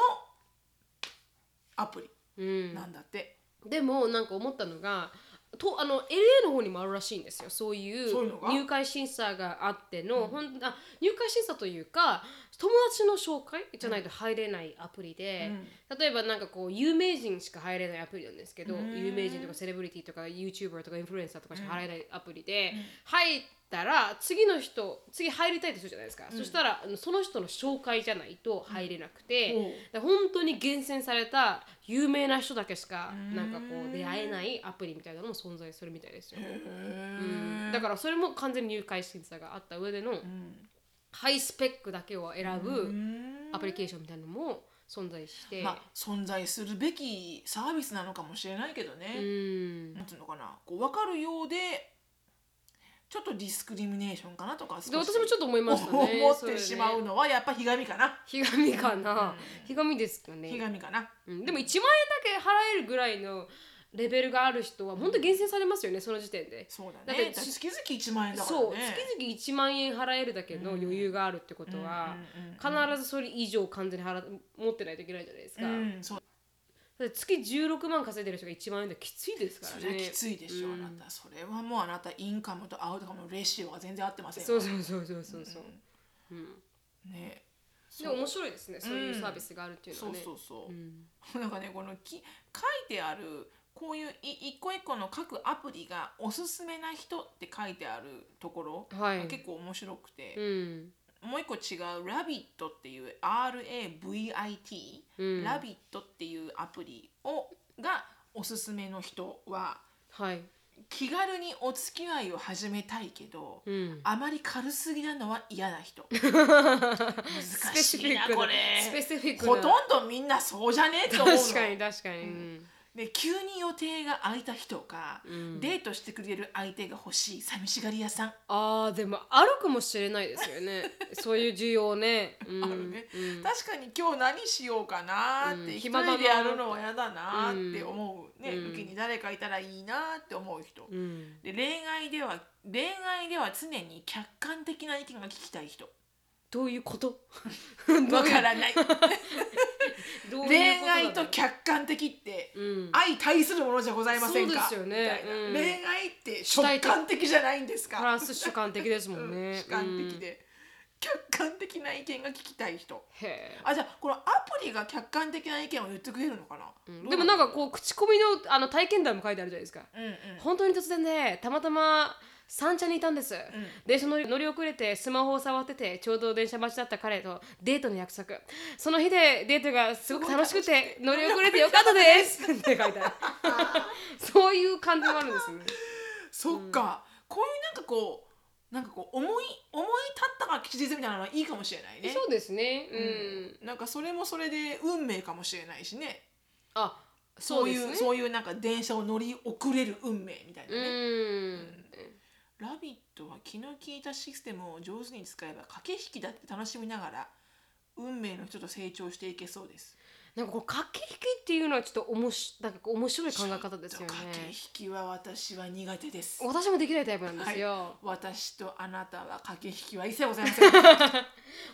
B: アプリ
A: うん
B: なんだって、
A: でも、なんか思ったのが。とあの LA の方にもあるらしいんですよそうい
B: そう
A: う
B: いうのが
A: 入会審査があって
B: う
A: の
B: ん
A: ほんあ入会審査というか友達の紹介じゃないと入れないアプリで、例えばなんかこう有名人しか入れないアプリなんですけど
B: うん
A: 有名人とかセレブリティとか YouTuber とかインフルエンサーとかしか入れないアプリで
B: うん
A: 入ったら次の人次入りたいとするじゃないですか、
B: うん
A: そしたらあのその人の紹介じゃないと入れなくて、
B: うん
A: だから本当に厳選された有名な人だけしか
B: うん
A: なんかこう出会えないアプリみたいなのも存在するみたいですよ、
B: へ
A: う
B: ー
A: ん、だからそれも完全に入会審査があった上での
B: うん
A: ハイスペックだけを選ぶ
B: うん
A: アプリケーションみたいなのも存在して、
B: まあ、存在するべきサービスなのかもしれないけど
A: う
B: ね、
A: ん
B: なんていうのかなこう分かるようでちょっとディスクリミネーションかなとか
A: で私もちょっと思いましたね。
B: 思ってしま
A: そうね。
B: のはやっぱひがみかな、
A: ひがみかな。
B: うん
A: ひがみですか
B: ひ
A: ね。
B: がみかな
A: うん、でも1万円だけ払えるぐらいのレベルがある人は本当厳選されますよね、その時点で。
B: そうだね
A: だ
B: だ
A: っ
B: ってて月々1万円だからね
A: そう月々1万円払えるだけの余裕があるってことは、
B: うんうんうん
A: 必ずそれ以上完全に払っ持ってないといけないじゃないですか。
B: うん、そう
A: だって月16万稼いでる人が1万円できついですから
B: そ
A: ね。
B: れはきついでしょ、
A: うん
B: あなたそれはもうあなたインカムとアウトカムのレシオが全然合ってませんよ
A: そうそうそうそうそうそう。うん
B: ね
A: でも面白いですね、そういううんサービスがあるっていうの
B: そ
A: は
B: う
A: ね。
B: そうそうう、
A: ん
B: *laughs* なんかねこのき書いてあるこういうい一個一個の各アプリがおすすめな人って書いてあるところ、
A: はい。
B: 結構面白くて
A: う、ん。
B: もう一個違う「ラビットっていう RAVIT、
A: うん
B: ラビットっていうアプリをがおすすめの人は
A: はい。
B: 気軽にお付き合いを始めたいけど、
A: うん。
B: あまり軽すぎなのは嫌
A: *laughs*
B: な人難しいな
A: な
B: こ
A: スペ
B: れ
A: シフィックな。
B: ほとんどみんなそうじゃねえと思うの
A: 確かに確かに。うん。
B: で急に予定が空いた日とか、
A: うん
B: デートしてくれる相手が欲しい寂しがり屋さん、
A: ああでもあるかもしれないですよね。そういう需要ね。うん、
B: *laughs* あるね
A: うん
B: 確かに今日何しようかなって、
A: うん
B: 一
A: 暇だな
B: 人でやるのは嫌だなって思うね、
A: うん
B: うに誰かいたらいいなって思う人、
A: うん。
B: で恋愛では恋愛では常に客観的な意見が聞きた
A: *laughs*
B: い人
A: どういうこと？
B: わからない
A: どういうことな
B: 恋
A: んだろ
B: 愛
A: う
B: と客観的って
A: うん。
B: 相対するものじゃございませんか
A: そうですよね
B: みたいな
A: うん
B: 恋愛って主観的じゃないんです
A: プ
B: か
A: ラス主観的ですも
B: うんん
A: ね。
B: 主観的で、客観的な意見が聞きたい人
A: うん。へ
B: あじゃあこのアプリが客観的な意見を言ってくれるのかな、
A: え。でもなんかこう口コミのあの体験談も書いてあるじゃないですか。
B: う、うんうん、
A: 本当に突然でたまたま三茶にいたんです、
B: ん
A: 電車の乗り遅れてスマホを触っててちょうど電車待ちだった彼とデートの約束その日でデートがすごく楽しくて乗り遅れてよかったです *laughs* って書いてあるそういう感じもあるんですよね
B: そっか、こういうなんかこうなんかこう思い思い立ったから吉日みたいなのはいいかもしれないね
A: そうですねうん、
B: なんかそれもそれで運命かもしれないしね
A: あ
B: そういう
A: で
B: そ
A: す
B: う,、
A: ね
B: いうなんか電車を乗り遅れる運命みたいな
A: う
B: ね、
A: ん
B: ラビットは気の利いたシステムを上手に使えば駆け引きだって楽しみながら運命の人と成長していけそうです
A: なんかこう駆け引きっていうのはちょっとおもしなんかこう面白い考え方ですよね
B: ちょっと駆け引きは私は苦手です
A: 私もできないタイプなんですよ、
B: 私とあなたは駆け引きは一切ござい
A: *laughs*
B: ません
A: 本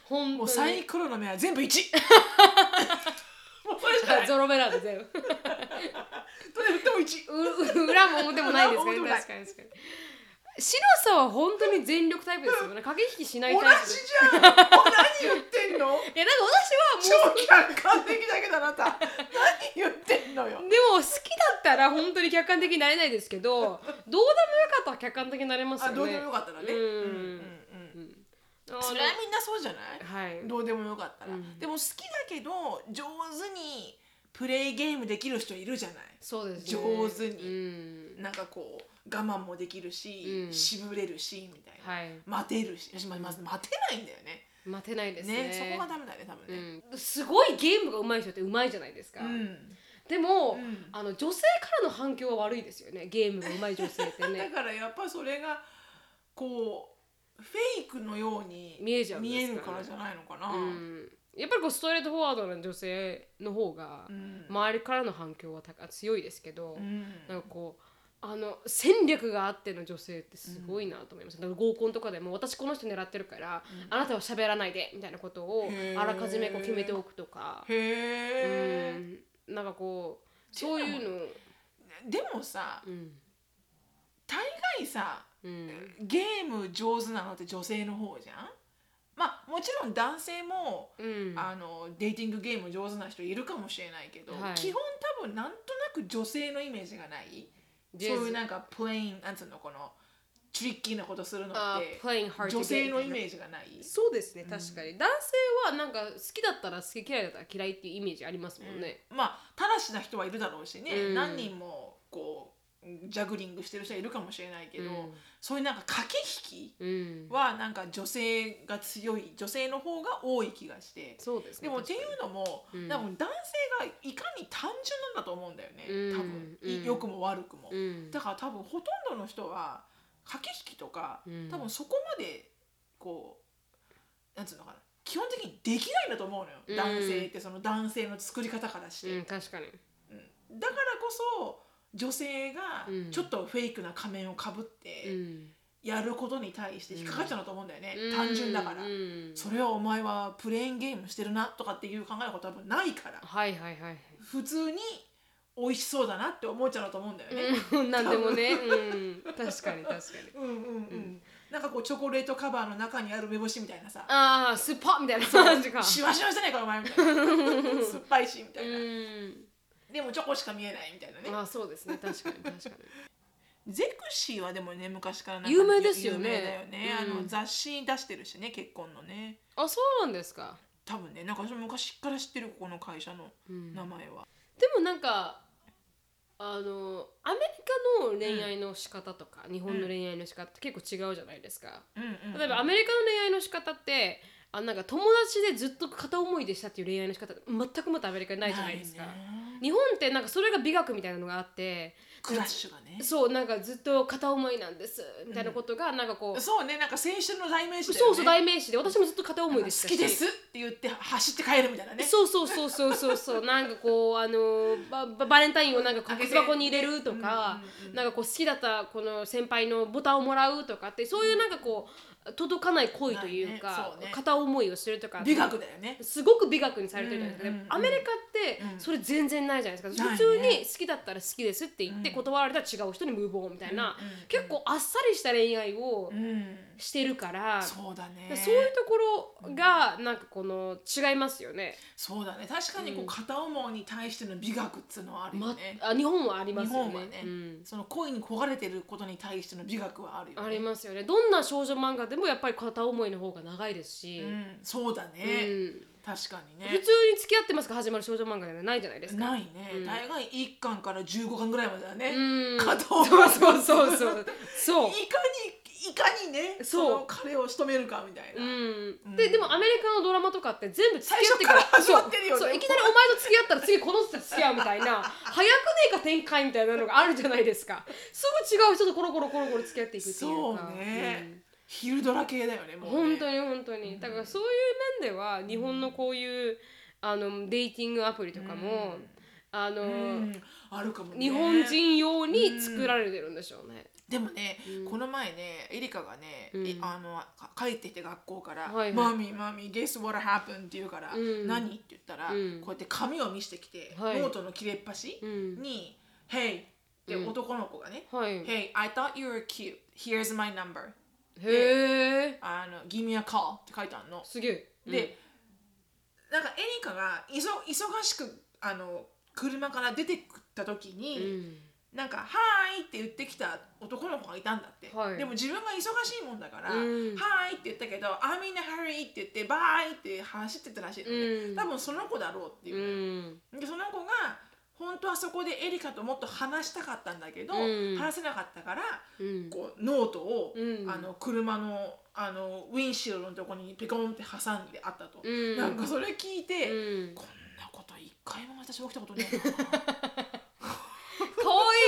A: 当に
B: もうサイコロの目は全部1
A: *laughs*
B: もうこれしかないど
A: ゾロ目なんで
B: *laughs*
A: 全部
B: れ振っても1
A: うう裏も表もないですか
B: 裏も表も
A: ね
B: ない
A: 確かに確かに白さんは本当に全力タイプですよね駆け引きしない
B: 同じ
A: タイプです
B: じゃんもう何言って
A: い
B: んの
A: やなんか私
B: 超
A: はも
B: 客観的だけどあなた何言ってんのよ
A: うでも好きだったら本当に客観的になれないですけどどうでもよかったら客観的になれますよ
B: あ
A: ね
B: どうでもよかったらね
A: うん
B: うんうん
A: あ
B: それはみんなそうじゃない
A: はい
B: どうでもよかったら、
A: うん
B: でも好きだけど上手にプレイゲームできる人いるじゃない
A: そうですね
B: 上手に
A: うん
B: なんかこう我慢もできるし、
A: うん
B: しぶれるしみたいな、
A: はい
B: 待てるし私ままず待てないんだよね
A: 待てないですね
B: ねそこがダメだね多分ね
A: うん、すごいゲームが上手い人って上手いじゃないですか、でも、
B: うん
A: あの女性からの反響は悪いですよねゲームが上手い女性って
B: *laughs* だ
A: ね
B: からやっぱそれがこうフェイクのように
A: 見えちゃうんですかね
B: 見えるからじゃないのかな、
A: うんやっぱりこうストレートフォワードな女性の方が
B: うん
A: 周りからの反響は高強いですけど、
B: うん
A: なんかこうあの戦略があっての女性ってすごいなと思います、だから合コンとかでも私この人狙ってるから、あなたは喋らないでみたいなことを
B: へー
A: あらかじめこう決めておくとか、
B: へえ、
A: うん、なんかこうそういうの、
B: でもさ
A: うん
B: 大概さ
A: うん
B: ゲーム上手なのって女性の方じゃんまあもちろん男性も、
A: うん、
B: あのデーティングゲーム上手な人いるかもしれないけど、
A: はい
B: 基本多分なんとなく女性のイメージがないそう
A: ジェズ
B: いうなんかプレインなんつうのこのトリッキーなことするのっ
A: あ
B: て
A: playing hard to
B: 女性のイ
A: get
B: メージがない
A: そうですね確かに、男性はなんか好きだったら好き嫌いだったら嫌いっていうイメージありますもんね、
B: まあただしな人はいるだろうしね、
A: うん
B: 何人もこうジャグリングしてる人はいるかもしれないけど、
A: うん
B: そういうなんか駆け引き
A: うん
B: はなんか女性が強い女性の方が多い気がして
A: そうですね
B: でもっていうのも、
A: うん
B: 多分男性がいかに単純なんだと思うんだよね、
A: うん
B: 多分
A: うん
B: い良くも悪くも、
A: うん
B: だから多分ほとんどの人は駆け引きとか、
A: うん
B: 多分そこまでこうなんつうのかな基本的にできないんだと思うのよ、
A: うん
B: 男性ってその男性の作り方からして、
A: うん確かに
B: うんだからこそ女性が
A: うん
B: ちょっとフェイクな仮面をかぶっ
A: う
B: て
A: ん
B: やることに対して引っかかっちゃうんだと思うんだよね、
A: うん
B: 単純だから、
A: うん
B: それはお前はプレーンゲームしてるなとかっていう考え方は多分ないから
A: はいはいはい
B: 普通に美味しそうだなって思っちゃうと思うんだよね、
A: うんなんでもねうん確かに確かに
B: *laughs* うん、うんうんなんかこうチョコレートカバーの中にある梅干しみたいなさ
A: ああスーパーみたいな感じか
B: シワシワしてないからお前みた
A: *laughs*
B: いな酸っぱいしみた
A: う
B: いな、
A: ん
B: でもチョコしか見えないみたいなね
A: あーそうですね確かに確か
B: *laughs* ゼクシーはでもね昔からなんか
A: 有名ですよね
B: 有名だよね、
A: うん
B: あの雑誌出してるしね結婚のね
A: にあそうなんですか
B: 多分ねなんか私も昔から知ってるここの会社の
A: うん
B: 名前は、
A: でもなんかあのアメリカの恋愛の仕方とか、日本の恋愛の仕方って結構違うじゃないですか、
B: うんうんうん
A: 例えばアメリカの恋愛の仕方ってあなんか友達でずっと片思いでしたっていう恋愛の仕方全くまたアメリカにないじゃないですか、
B: ね
A: 日本ってなんかそれが美学みたいなのがあって
B: クラッシュがね
A: そうなんかずっと片思いなんですみたいなことがなんかこう、
B: そうねなんか青春の代名詞だよね
A: そうそう代名詞で私もずっと片思いでし
B: 好
A: たし
B: きですって言って走って帰るみたいなね
A: そうそうそうそうそうそうなんかこうあのバババレンタインをなんかこう靴箱に入れるとか、なんかこう好きだったこの先輩のボタンをもらうとかってそういうなんかこう届かない恋という
B: ないね
A: か
B: そうね
A: 片思いをするとか
B: 美学だよね
A: すごく美学にされてるじゃないですか、
B: うんう
A: で
B: んうん
A: もアメリカって
B: うん
A: それ全然ないじゃないですか、
B: ないね
A: 普通に好きだったら好きですって言って
B: うん
A: 断られたら違う人に無謀みたいな、
B: うんうんうん
A: 結構あっさりした恋愛を
B: うん
A: してるから、
B: そうだね
A: そういうところがなんかこの違いますよね。
B: そうだね確かにこう片思いに対しての美学っつうのはあるよ
A: ま
B: ね、
A: あ日本はありま
B: 日
A: すよね
B: 本はね、
A: うん、
B: その恋に焦がれてることに対しての美学はあるよね
A: ありますよねどんな少女漫画でもやっぱり片思いの方が長いですし、
B: うん、そうだ
A: うん
B: ね、確かに
A: 普通
B: ね
A: に付き合ってますから始まる少女漫画ではないじゃないですか。
B: ないね、
A: うん
B: 大概1巻から15巻ぐらいまでだね、
A: うん、
B: 片思い
A: そうそうそうそうそう
B: いかにいかにねそ
A: そう
B: の彼を仕留めるかみたい
A: う
B: な、
A: ん、
B: う
A: で
B: ん
A: でもアメリカのドラマとかって全部付き合って
B: 最初から始まってるよね
A: そうそういきなりお前と付き合ったら次この人と付き合うみたいな早くねえか展開みたいなのがあるじゃないですかすぐ違う人とコロコロコロコロ付き合っていくっていうか
B: そうね、昼ドラ系だよねもうね
A: 本当に本当にだからそういう面では日本のこういう、あのデーティングアプリとかも、あの、
B: うんあるかもね
A: 日本人用に作られてるんでしょうね、
B: でもね、
A: うん
B: この前ねエリカがね、
A: うん
B: えあのか帰ってきて学校から
A: はいはい
B: マミーマミー guess what happened」って言うから「
A: うん
B: 何?」って言ったら、
A: うん
B: こうやって紙を見せてきて、
A: はい
B: ノートの切れっ端
A: うん
B: に「Hey」って
A: うん
B: 男の子がね「
A: はいへ
B: Hey I thought you were cute here's my number
A: え
B: あの give me a call」って書いてあるの。
A: すげえ
B: で、なんかエリカがいそ忙しくあの車から出てきた時
A: うん
B: に、なんか「はーい」って言ってきた男の子がいたんだって、
A: はい
B: でも自分が忙しいもんだから「
A: うん
B: はーい」って言ったけど「I'm in a hurry」って言って「バーイ」って走ってたらしいのね、
A: うん
B: 多分その子だろうっていうう、
A: ん
B: でその子が本当はそこでエリカともっと話したかったんだけど、
A: うん
B: 話せなかったから
A: うん
B: こうノートを、
A: うん
B: あの車のあのウィンシールドのとこにピコンって挟んであったと、
A: うん
B: なんかそれ聞いて、
A: うん
B: こんなこと一回も私起きたことない
A: *laughs*
B: な
A: 遠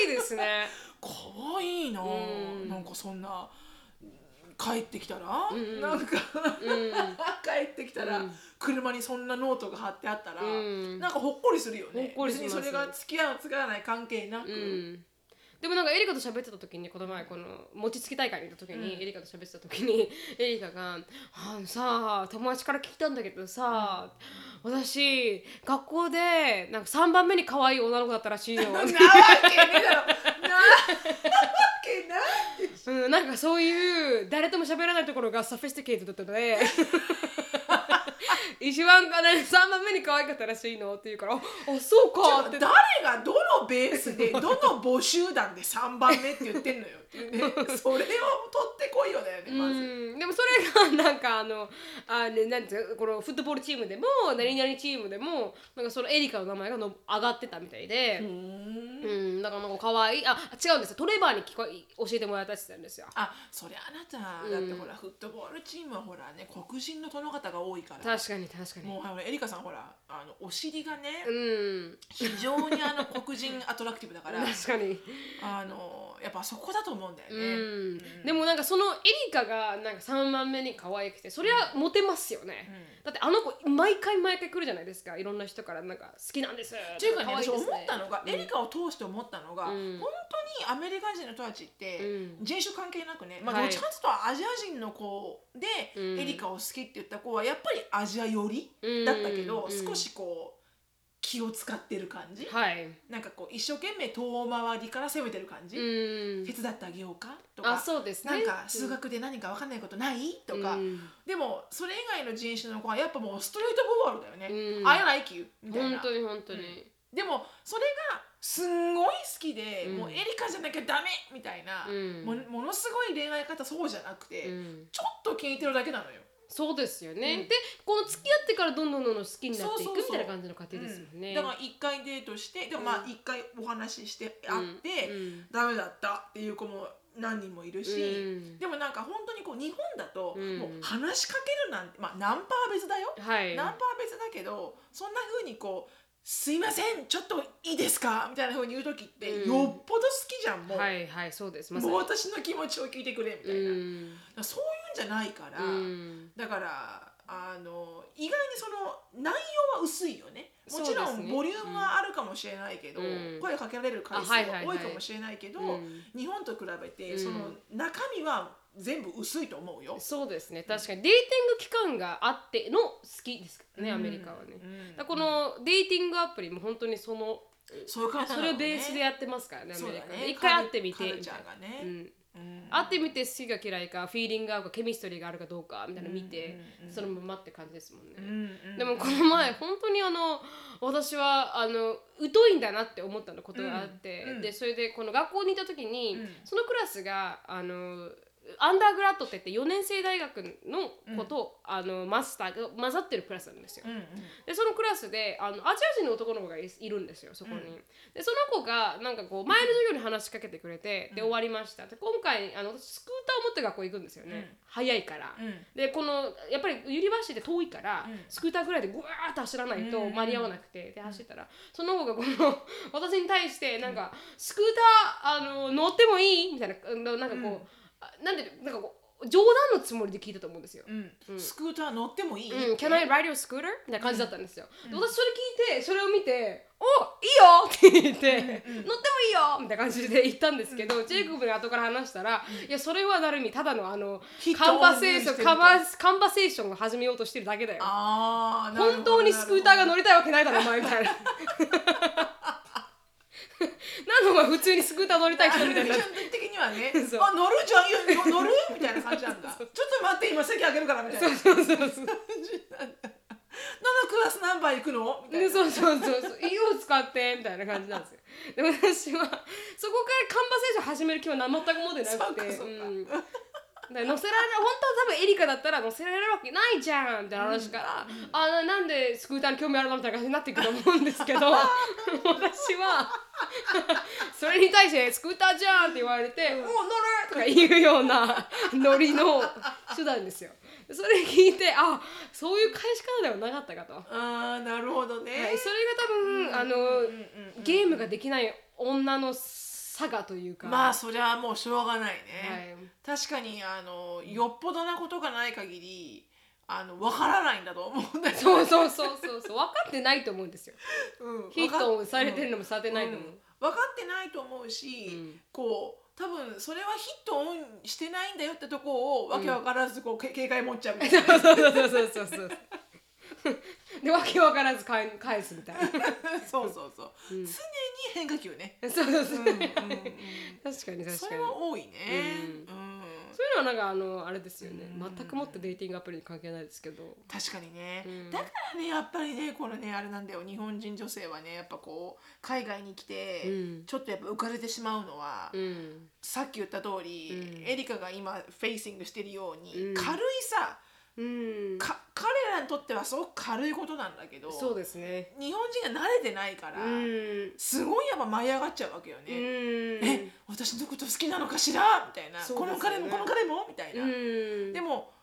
A: いです *laughs* ね。
B: 可愛いな、
A: うん
B: なんかそんな帰ってきたら、
A: うんうん
B: なん
A: う
B: か
A: ん。
B: 帰ってきたら、
A: うん
B: 車にそんなノートが貼ってあったら、
A: うん
B: なんかほっこりするよね
A: ほっこりします
B: 別にそれが付き合う付き合わない関係なく、
A: うん。でもなんかエリカと喋ってた時にこの前この餅つき大会に行った時に、
B: うん
A: エリカと喋ってた時に *laughs* エリカが「あのさ友達から聞いたんだけどさ、私学校でなんか3番目に可愛い女の子だったらしいよ」
B: なわけねえだろなわけないでしょ
A: うん、なんかそういう誰とも喋らないところがサフィスティケートだったので *laughs* 一番かね3番目に可愛かったらしいのって言うから「ああそうか」って
B: 誰がどのベー
A: *laughs*
B: スでどの募集団で3番目って言ってんのよっていうねそれを取ってこいよだよねまず。
A: うんでもそれがなんかあのあねなんていうのこのフットボールチームでも何々チームでもなんかそのエリカの名前がの上がってたみたいで、うんだからなんか可愛いあ違うんですよトレバーに聞こ教えてもらったって言ってたんですよ。
B: あそりゃあなた、だってほらフットボールチームはほらね黒人の殿方が多いから
A: 確かに確かに。
B: もうあのエリカさんほらあのお尻がね
A: うん
B: 非常に
A: *laughs*
B: あの黒人アトラクティブだから
A: 確かに。
B: あのやっぱそこだと思うんだよ
A: う
B: ね。
A: ん、でもなんかそのエリカがなんか3番目に可愛くてそれはモテますよね、だってあの子毎回毎回来るじゃないですかいろんな人からなんか好きなんです
B: っていうかね
A: 可愛いで
B: 私思っ
A: すね
B: たのが、エリカを通して思ったの
A: う
B: が、
A: ん
B: 本当にアメリカ人の人たちって、
A: う
B: 人種関係なくね、まあ、
A: は
B: ど
A: い
B: っちかというとアジア人の子で、
A: うん
B: エリカを好きって言った子はやっぱりアジア寄りだったけど、
A: うん
B: 少しこう気を使ってる感じ、
A: はい
B: なんかこう一生懸命遠回りから攻めてる感じ、
A: うん
B: 手伝ってあげようかと
A: あ
B: か。
A: そうです
B: な
A: ね
B: んか数学で何か分かんないことないとか、
A: うん
B: でもそれ以外の人種の子はやっぱもうストレートボールだよね「
A: うん
B: I like you」みたいな
A: 本当に本当に、
B: でもそれがすんごい好きで、
A: うん
B: もうエリカじゃなきゃダメみたいな、
A: うん
B: もものすごい恋愛方そうじゃなくて、
A: うん
B: ちょっと聞いてるだけなのよ
A: そうですよね、
B: うん
A: でこの付き合ってからどんどんどんどん好きになっていく
B: そう
A: み
B: そうそう
A: たいな感じの過程ですよね、
B: だから一回デートしてでもまあ一回お話しして会って、
A: うん
B: ダメだったっていう子も何人もいるし、
A: うん
B: でもなんか本当にこう日本だと
A: うん
B: もう話しかけるなんて、まあ、ナンパは別だよ、
A: はい
B: ナンパは別だけどそんな風にこう「すいませんちょっといいですか?」みたいな風に言う時って、
A: うん
B: よっぽど好きじゃんもう,、
A: はいはいそうですまさ
B: もう
A: に
B: 私の気持ちを聞いてくれみたいな、だからそういうんじゃないから、
A: うん
B: だからあの意外にその内容は薄いよねもちろ
A: そうです
B: ん
A: ね
B: ボリュームはあるかもしれないけど、
A: うん
B: 声かけられる回
A: あ
B: 数は
A: はいはいは
B: 多
A: い
B: いかもしれないけど、
A: うん
B: 日本と比べて、
A: うん
B: その中身は全部薄いと思うよ。
A: そうですね確かにデーティング期間があっての好きですからね、アメリカはね、
B: うん
A: だからこのデーティングアプリも本当にその
B: そういう感じな
A: そ
B: のね
A: れをベースでやってますからねア
B: そう
A: メ
B: だ
A: リ
B: ね
A: カで、一回会ってみて
B: カル
A: み
B: チ
A: た
B: ャ
A: い
B: ーが
A: な、
B: ね、
A: うん会ってみて好きが嫌いかフィーリング合うかケミストリーがあるかどうかみたいなの見て、
B: うんうん
A: そのままって感じですもんね、
B: うん
A: でもこの前本当にあの私はあの疎いんだなって思ったのことがあって、
B: うんうん
A: でそれでこの学校にいた時に、
B: うん
A: そのクラスがあのアンダーグラッドって言って4年生大学の子と、あのマスターが混ざってるクラスなんですよ。
B: うんうん
A: でそのクラスであのアジア人の男の子がいいるんですよそこに、
B: うん
A: でその子がなんかこう前の授業に話しかけてくれて、で終わりましたで今回あの私スクーターを持って学校行くんですよね、
B: うん
A: 早いから、
B: うん
A: でこのやっぱりユニバーシティって遠いから、
B: うん
A: スクーターぐらいでぐわーっと走らないと
B: うん
A: 間に合わなくて、で走ったらその子がこの *laughs* 私に対してなんか、スクーターあの乗ってもいいみたいなうんなんかこう、
B: うん
A: あなんでなんかこう冗談のつもりで聞いたと思うんですよ。
B: うん
A: うん
B: スクーター乗ってもいい、
A: うん、Can I ride your scooter? みたいな感じだったんですよ。で私それ聞いてそれを見て「おいいよ!」って *laughs* 言って「
B: うんうん
A: 乗ってもいいよ!」みたいな感じで言ったんですけど、ジェイコブに後から話したら、いやそれはなるにただのあの
B: 人を
A: カンバセーショ
B: 許
A: ン
B: してる
A: カバカンバセーションを始めようとしてるだけだよ。
B: あーなるほど
A: 本当にスクーターが乗りたいわけないだろお前みたいな。 *laughs* なんでお前普通にスクーター乗りたい人みたいになって
B: 的にはね
A: そう
B: あ乗るじゃんいや乗るみたいな感じなんだちょっと待って今席あげるからみたいな感じ
A: そうそうそう
B: なんだどのクラス何番行くのみたい
A: で
B: な
A: そうそうそう *laughs* そう「家を使って」みたいな感じなんですよで私はそこからカンバセーション始める気はな全く持ってなくて
B: そうかそうか
A: んだから乗せられる本当は多分エリカだったら乗せられるわけないじゃんって話から、あななんでスクーターに興味あるのみたいな感じになっていくと思うんですけ *laughs* ど私は *laughs* それに対して「スクーターじゃん」って言われて「もう乗る!」とか言うようなノリの手段ですよ。それ聞いてあそういう返し方ではなかったかと。
B: あーなるほどね、
A: はい、それが多分、
B: うんうん
A: あ
B: う
A: の
B: ん
A: ゲームができない女の差がというか、
B: まあ
A: は
B: それはもうしょうがないね、
A: い、
B: 確かにあのよっぽどなことがない限りあのわからないんだと思うんだけど、
A: そうそうそうそうそう分かってないと思うんです *laughs* よ。
B: うん
A: ヒットをされてる
B: の
A: のもされてないのも。
B: 分かってないと思うし、
A: うん
B: こう多分それはヒットオンしてないんだよってとこをわけわからずこう、け警戒持っちゃうみたいな
A: そうそうそうそうそうそう。でわけわからず返返すみたいな。
B: *laughs* そうそうそう、
A: うん
B: 常に変化球ね、
A: そうそうそう。
B: う
A: 確
B: んうん
A: かに
B: うん、
A: 確
B: そ
A: か
B: れ
A: に。
B: は多いね、
A: う
B: うん
A: そういうのはなんかあのあれですよね
B: うん。
A: 全くもってデーティングアプリに関係ないですけど。
B: 確かにね、
A: うん
B: だからねやっぱりねこのねあれなんだよ日本人女性はねやっぱこう海外に来て、
A: うん
B: ちょっとやっぱ浮かれてしまうのは、
A: うん。
B: さっき言った通り、
A: うん
B: エリカが今フェイシングしてるように、
A: うん
B: 軽いさ
A: うん。
B: か彼らにとってはすごく軽いことなんだけど
A: そうですね。
B: 日本人が慣れてないから、
A: うん。
B: すごいやっぱ舞い上がっちゃうわけよ
A: う
B: ね。
A: ん。
B: え私のこと好きなのかしらみたいな、
A: そう
B: こ
A: ですよ
B: の
A: ね
B: 彼もこの彼もみたいな。
A: うん。
B: でも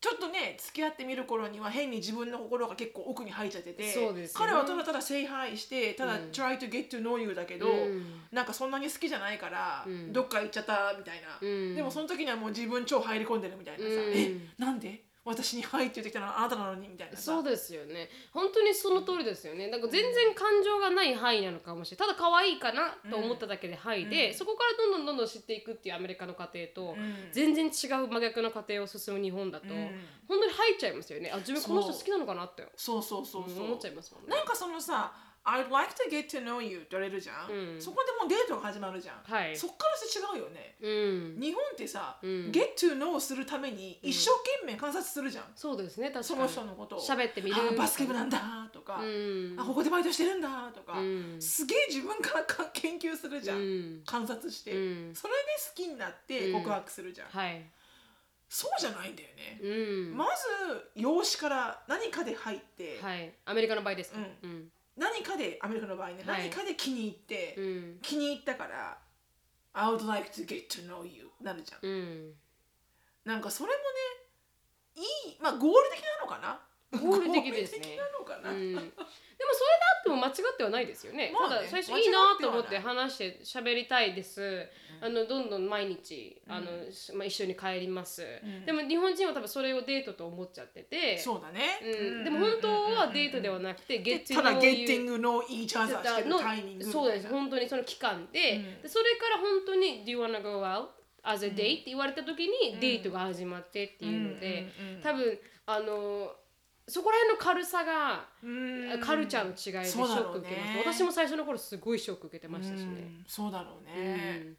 B: ちょっとね付き合ってみる頃には変に自分の心が結構奥に入っちゃってて、
A: そうですよね
B: 彼はただただ聖杯してただ
A: うん
B: try to get to know you だけど、
A: うん
B: なんかそんなに好きじゃないから、
A: うん
B: どっか行っちゃったみたいな、
A: うん
B: でもその時にはもう自分超入り込んでるみたいな
A: う
B: さ、
A: ん
B: えなんで私に「はい」って言ってきたのはあなたなのにみたいなさ
A: そうですよね本当にその通りですよねだから全然感情がない範囲なのかもしれないただ可愛いかなと思っただけで範囲で、
B: うん
A: そこからどんどんどんどん知っていくっていうアメリカの過程と、
B: うん
A: 全然違う真逆の過程を進む日本だと、
B: うん
A: 本当に入っちゃいますよねあ自分この人好きなのかなって
B: そうそうそうそう、
A: 思っちゃいますもんね
B: なんかそのさ「I'd like to get to know you」って言われるじゃん、
A: うん
B: そこでもうデートが始まるじゃん、
A: はい
B: そっからして違うよね
A: うん
B: 日本ってさ、
A: うん
B: get to know するために一生懸命観察するじゃん、
A: そうですね確かに
B: その人のことを
A: 喋ってみる
B: あバスケ部なんだとか、
A: うん
B: あここでバイトしてるんだとか、
A: うん
B: すげえ自分からか研究するじゃん、
A: うん
B: 観察して、
A: うん
B: それで好きになって告白するじゃん、
A: はい
B: そうじゃないんだよね、
A: うん、
B: まず用紙から何かで入って、
A: はいアメリカの場合ですかうん
B: 何かでアメリカの場合ね、
A: はい
B: 何かで気に入って、
A: うん
B: 気に入ったから「I would like to get to know you」なるじゃん *laughs*
A: うん
B: なんかそれもねいいまあ合理的なのかな
A: 合理的ですね
B: 合理的なのかな、
A: うん、でもそれであっても間違ってはないですよね。
B: まあね
A: ただ最初
B: 間違
A: いいなと思っ
B: って
A: て
B: は
A: 話して喋りたいです。あのどんどん毎日あの、まあ一緒に帰ります、
B: ん
A: でも日本人は多分それをデートと思っちゃってて、
B: そうだね、
A: うん、でも本当はデートではなくて、
B: で
A: ゲッ
B: ただゲッティン
A: グ
B: グのいいチャンスをしてるタイミングみたいな
A: そうです本当にその期間で,、
B: うん
A: でそれから本当に「Do you wanna go out as a date?」って言われた時に、デートが始まってっていうので、
B: うんうんうん
A: 多分あのそこら辺の軽さが
B: うん
A: カルチャーの違いでショ
B: そうだ
A: ッ
B: ろ
A: ク
B: う
A: 受
B: ね
A: けました、私も最初の頃すごいショック受けてましたし
B: う
A: ね、
B: んそうだろ
A: う
B: う
A: ん
B: ね、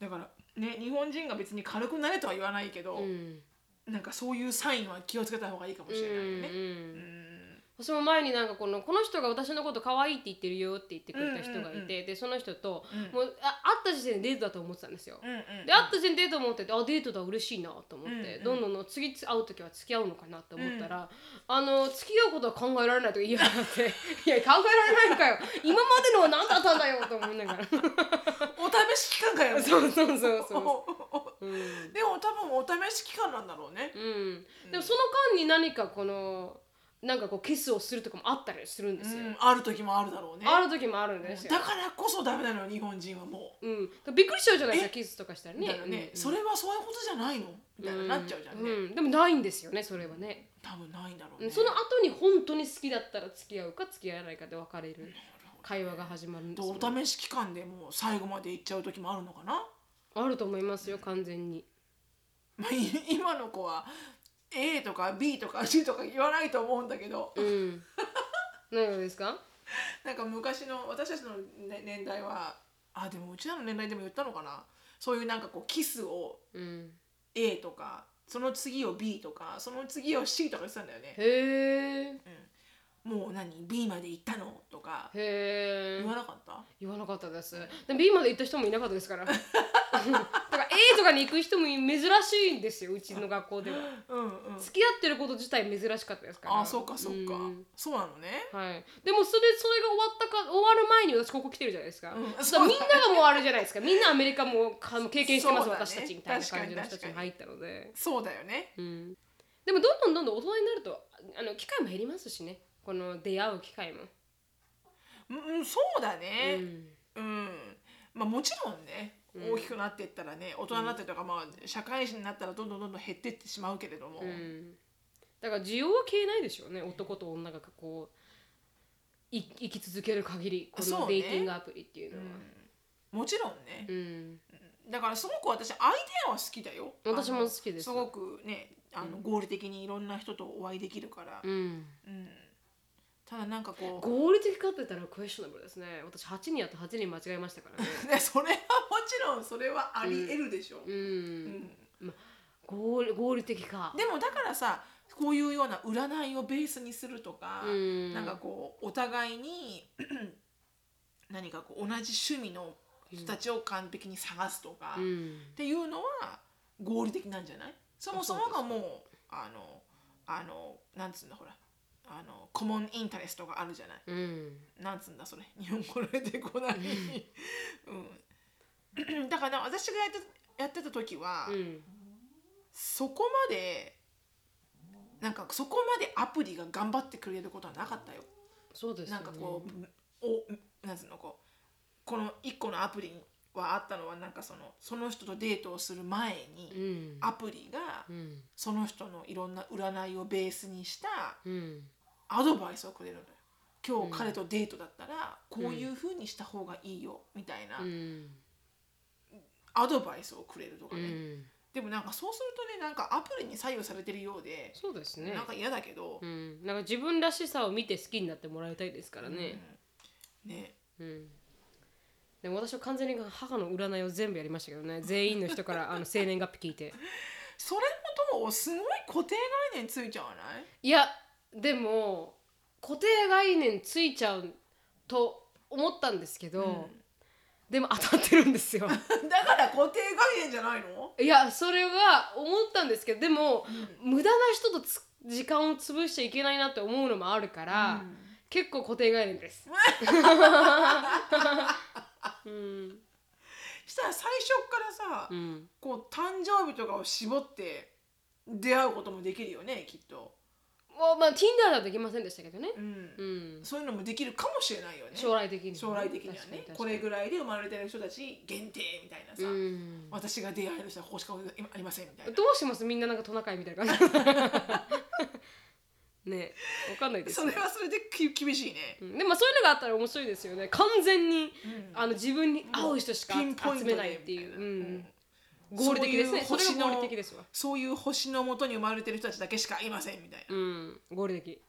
B: だからね日本人が別に軽くなれとは言わないけど、
A: うん
B: なんかそういうサインは気をつけた方がいいかもしれないよね、
A: うん
B: うん
A: 私も前になんかこのこの人が私のこと可愛いって言ってるよって言ってくれた人がいて、
B: うんうんうん
A: でその人と、
B: うん
A: もうあ会った時点でデートだと思ってたんですよ、
B: うんうん
A: で会った時点でデート思っててあデートだ嬉しいなと思って、
B: うんうん
A: どんどんどん次会う時は付き合うのかなと思ったら、あの付き合うことは考えられないとか言いやがって *laughs* いや考えられないのかよ今までのは何だったんだよと思いながら
B: *laughs* お試し期間かよ
A: そうそうそう
B: お
A: そ
B: お
A: う、うん
B: *laughs* でも多分お試し期間なんだろうね
A: うん、でもその間に何かこのなんかこうキスをするとかもあったりするんですよ、
B: うんある時もあるだろうね
A: ある時もあるんですよ
B: だからこそダメなのよ日本人はも
A: うん、びっくりしちゃうじゃないです
B: え
A: かキスとかしたら
B: う
A: ね
B: みたいなね、
A: うん
B: それはそういうことじゃないのみたいななっちゃうじゃんね、
A: うん、でもないんですよねそれはね、
B: 多分ないんだろ
A: う
B: うね
A: ん、その後に本当に好きだったら付き合うか付き合わないかで別れる会話が始まるんですよ
B: お試し期間でもう最後まで行っちゃう時もあるのかな、
A: あると思いますよ完全に
B: まあ、い *laughs* 今の子は A とか B とか C とか言わないと思うんだけど
A: うん
B: *laughs*
A: 何がですか
B: なんか昔の私たちのね年代はあでもうちらの年代でも言ったのかなそういうなんかこうキスを
A: うん
B: A とかその次を B とかその次を C とか言ってたんだよね
A: へえ
B: もう何 B まで行ったのとか
A: へえ
B: 言わなかった、
A: 言わなかったですでも B まで行った人もいなかったですからだから A とかに行く人も珍しいんですようちの学校で
B: *laughs*
A: は
B: うんうん
A: 付き合ってること自体珍しかったですから
B: あそうかそうか、
A: ん
B: そうなのね
A: はい、でもそれそれが終わったか終わる前に私ここ来てるじゃないですか,、
B: うん
A: だか
B: そう
A: ら
B: だ
A: み
B: ね
A: んながもうあれじゃないですかみんなアメリカもか経験してます、
B: そうだね
A: 私たちみたいな感じの
B: 確かに
A: 人たちに入ったので、
B: そうだよね
A: うん、でもどんどんどんどん大人になるとあの機会も減りますしねこの出会う機会も、
B: うんうんそうだね、
A: うん
B: うんまあもちろんね大きくなっていったらね、大人になってとか、まあ、社会人になったらどんどんどんどん減っていってしまうけれども、
A: うん、だから需要は消えないでしょうね男と女がこうい生き続ける限りこ
B: そ
A: の
B: う
A: デ
B: ね
A: ーティングアプリっていうのは
B: もちろんね
A: う、ん、
B: だからすごく私アイデアは好きだよ
A: 私も
B: あの
A: 好きです
B: すごくねあの合理的にいろんな人とお会いできるから、
A: うん
B: うんただなんかこう *laughs*
A: 合理的かって言ったらクエスチョナブルですね私8人やって8人間違えましたからね
B: ねそれはもちろんそれはありえるでしょ、
A: う
B: うん
A: ん、合理合理的か
B: でもだからさこういうような占いをベースにするとか、
A: うん
B: なんかこうお互いに *clears throat* 何かこう同じ趣味の人たちを完璧に探すとか、
A: う
B: っ
A: ん
B: ていうのは合理的なんじゃないそもそもがもうあのあのなんつうんだほらあのコモンインタレストがあるじゃない
A: うん
B: なんつうんだそれ *laughs* 日本語出てこない、うん、 *clears throat* だから私がやってやってた時は、
A: うん
B: そこまでなんかそこまでアプリが頑張ってくれることはなかったよ。
A: そうですよ
B: なん
A: ね
B: かこう、おなんつうのこうこの一個のアプリはあったのはなんかそのその人とデートをする前
A: う
B: に
A: ん
B: アプリが
A: うん
B: その人のいろんな占いをベースにした
A: うん
B: アドバイスをくれるのよ。今日彼とデートだったらこういう風にした方がいいよみたいな
A: うん
B: アドバイスをくれるとか
A: う
B: ね、
A: ん
B: でもなんかそうするとねなんかアプリに左右されてるようで、
A: そうですね
B: なんか嫌だけど
A: う、んなんか自分らしさを見て好きになってもらいたいですからね
B: ね
A: うんでも私は完全に母の占いを全部やりましたけどね全員の人からあの生年月日聞いて
B: それもどうすごい固定概念ついちゃわない
A: いやでも固定概念ついちゃうと思ったんですけど、でも当たってるんですよ
B: *laughs* だから固定概念じゃないの
A: いやそれは思ったんですけどでも、無駄な人とつ時間を潰しちゃいけないなって思うのもあるから、結構固定概念
B: *laughs*
A: です。うん
B: したら最初からさ、
A: うん、
B: こう誕生日とかを絞って出会うこともできるよねきっと、
A: まあまあ Tinder だとできませんでしたけどね。
B: うん
A: うん、
B: そういうのもできるかもしれないよね
A: 将来的にはね、
B: 将来的にはねこれぐ
A: らい
B: らいで生まれてる人たち限定みたいなさ、
A: うん、ど
B: 私が出会える人はここしかありませんみ
A: *laughs*
B: たいな
A: うしますみんななんかトナカイみたいな感
B: *laughs*
A: じ。ねわかんないです
B: それはそれでき厳しいね、
A: うん、でもそういうのがあったら面白いですよね完全に
B: うん
A: あの自分に合う人しか
B: ピンポイン
A: 集
B: ト
A: め
B: で
A: ないっていう、
B: みたいな
A: うん、合理的ですねそう
B: そいう星
A: れ
B: の
A: が合理的ですわ、
B: そういう星のもとに生まれてる人たちだけしかいませんみたいな、
A: うん、合理的、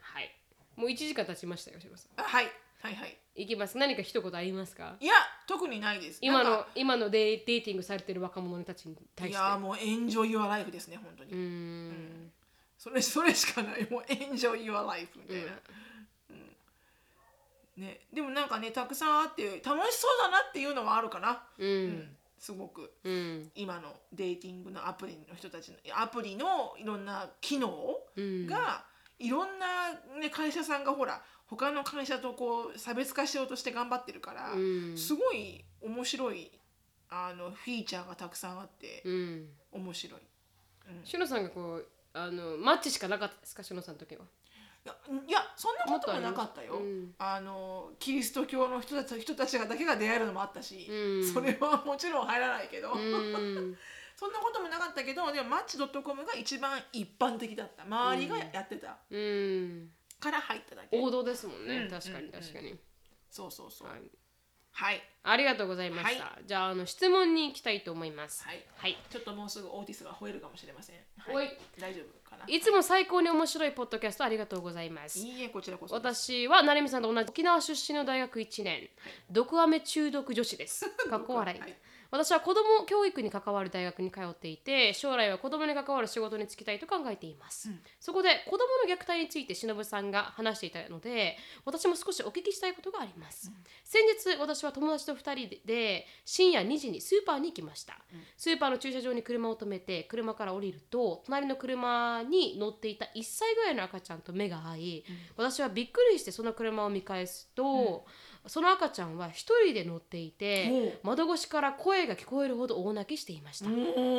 A: はいもう1時間経ちましたよ柴田さん
B: あはいはいはい
A: いきます何か一言ありますか
B: いや特にないです
A: 今
B: なん
A: の
B: か
A: 今のデイデーティングされてる若者たちに対
B: い
A: して
B: やもうエンジョイ・ユア・ライフですね本当に、
A: うーん
B: それそれしかないもうエンジョイ・ユア・ライフみたいな、うんね、でもなんかねたくさんあって楽しそうだなっていうのはあるかな、
A: う
B: うんすごく
A: うん
B: 今のデーティングのアプリの人たちのアプリのいろんな機能
A: うん
B: が、いろんな、ね、会社さんがほら他の会社とこう差別化しようとして頑張ってるから、
A: うん
B: すごい面白いあのフィーチャーがたくさんあって
A: うん
B: 面白い。
A: しのさんがこうあのマッチしかなかったですかしのさんの時
B: *laughs*
A: はい
B: やいやそんなこともなかったよ、
A: うん
B: あのキリスト教の人たち人たちがだけが出会えるのもあったし、
A: うん
B: それはもちろん入らないけど、
A: うーん
B: そんなこともなかったけどでもマッチ .com が一番一般的だった周りがやってた
A: うん
B: から入っただけ、
A: 王道ですもんね、
B: うん
A: 確か
B: う
A: に
B: んうん
A: 確かに、
B: そうそうそう
A: はい、
B: はい
A: ありがとうございました、じゃああの質問に行きたいと思います
B: はい
A: はい、
B: ちょっともうすぐオーティスが吠えるかもしれません、
A: お
B: はいい、大丈夫かない
A: い、つも最高に面白いポッドキャストありがとうございます
B: いえこちらこそ
A: 私は成美さんと同じ沖縄出身の大学1年毒アメ中毒女子です
B: *laughs*
A: かっこ笑い、
B: はい
A: 私は子ども教育に関わる大学に通っていて将来は子どもに関わる仕事に就きたいと考えています、
B: うん
A: そこで子どもの虐待について忍さんが話していたので私も少しお聞きしたいことがあります、先日私は友達と2人でで深夜2時にスーパーに行きました、スーパーの駐車場に車を止めて車から降りると隣の車に乗っていた1歳ぐらいの赤ちゃんと目が合い、私はびっくりしてその車を見返すと、その赤ちゃんは1人で乗っていて窓越しから声が聞こえるほど大泣きしていました、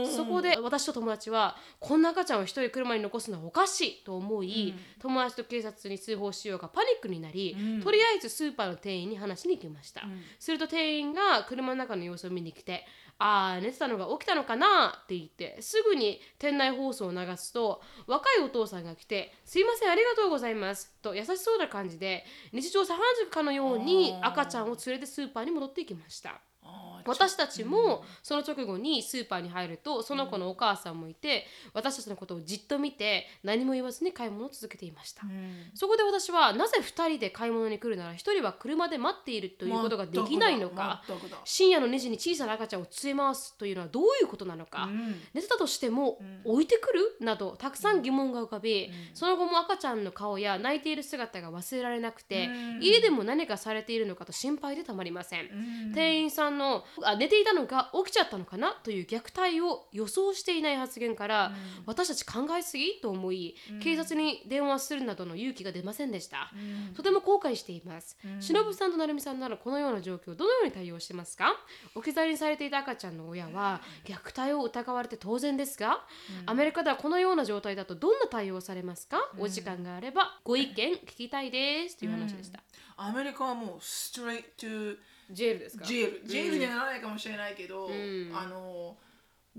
A: そこで私と友達はこんな赤ちゃんを一人車に残すのはおかしいと思い、友達と警察に通報しようがパニックになり、とりあえずスーパーの店員に話しに行きました、すると店員が車の中の様子を見に来て「ああ寝てたのが起きたのかな」って言ってすぐに店内放送を流すと若いお父さんが来て「すいませんありがとうございます」と優しそうな感じで日常茶飯事かのように赤ちゃんを連れてスーパーに戻っていきました。
B: あー
A: 私たちもその直後にスーパーに入るとその子のお母さんもいて私たちのことをじっと見て何も言わずに買い物を続けていました、
B: うん
A: そこで私はなぜ2人で買い物に来るなら1人は車で待っているということができないのか
B: 全くだ
A: 深夜の2時に小さな赤ちゃんを連れ回すというのはどういうことなのか、
B: 全くだうん
A: 寝てたとしても
B: うん
A: 置いてくるなどたくさん疑問が浮かび、
B: うん
A: その後も赤ちゃんの顔や泣いている姿が忘れられなくて、
B: うん
A: 家でも何かされているのかと心配でたまりません、店員さんのあ寝ていたのか起きちゃったのかなという虐待を予想していない発言から、私たち考えすぎと思い警察に電話するなどの勇気が出ませんでした、
B: うん
A: とても後悔しています、
B: うん
A: しのぶさんとなるみさんならこのような状況どのように対応してますか置き去りにされていた赤ちゃんの親は虐待を疑われて当然ですが、アメリカではこのような状態だとどんな対応をされますか、お時間があればご意見聞きたいですという話でした、
B: アメリカはもうストレート
A: ジェールですか
B: ジェールジェールにはならないかもしれないけど、
A: ん
B: あの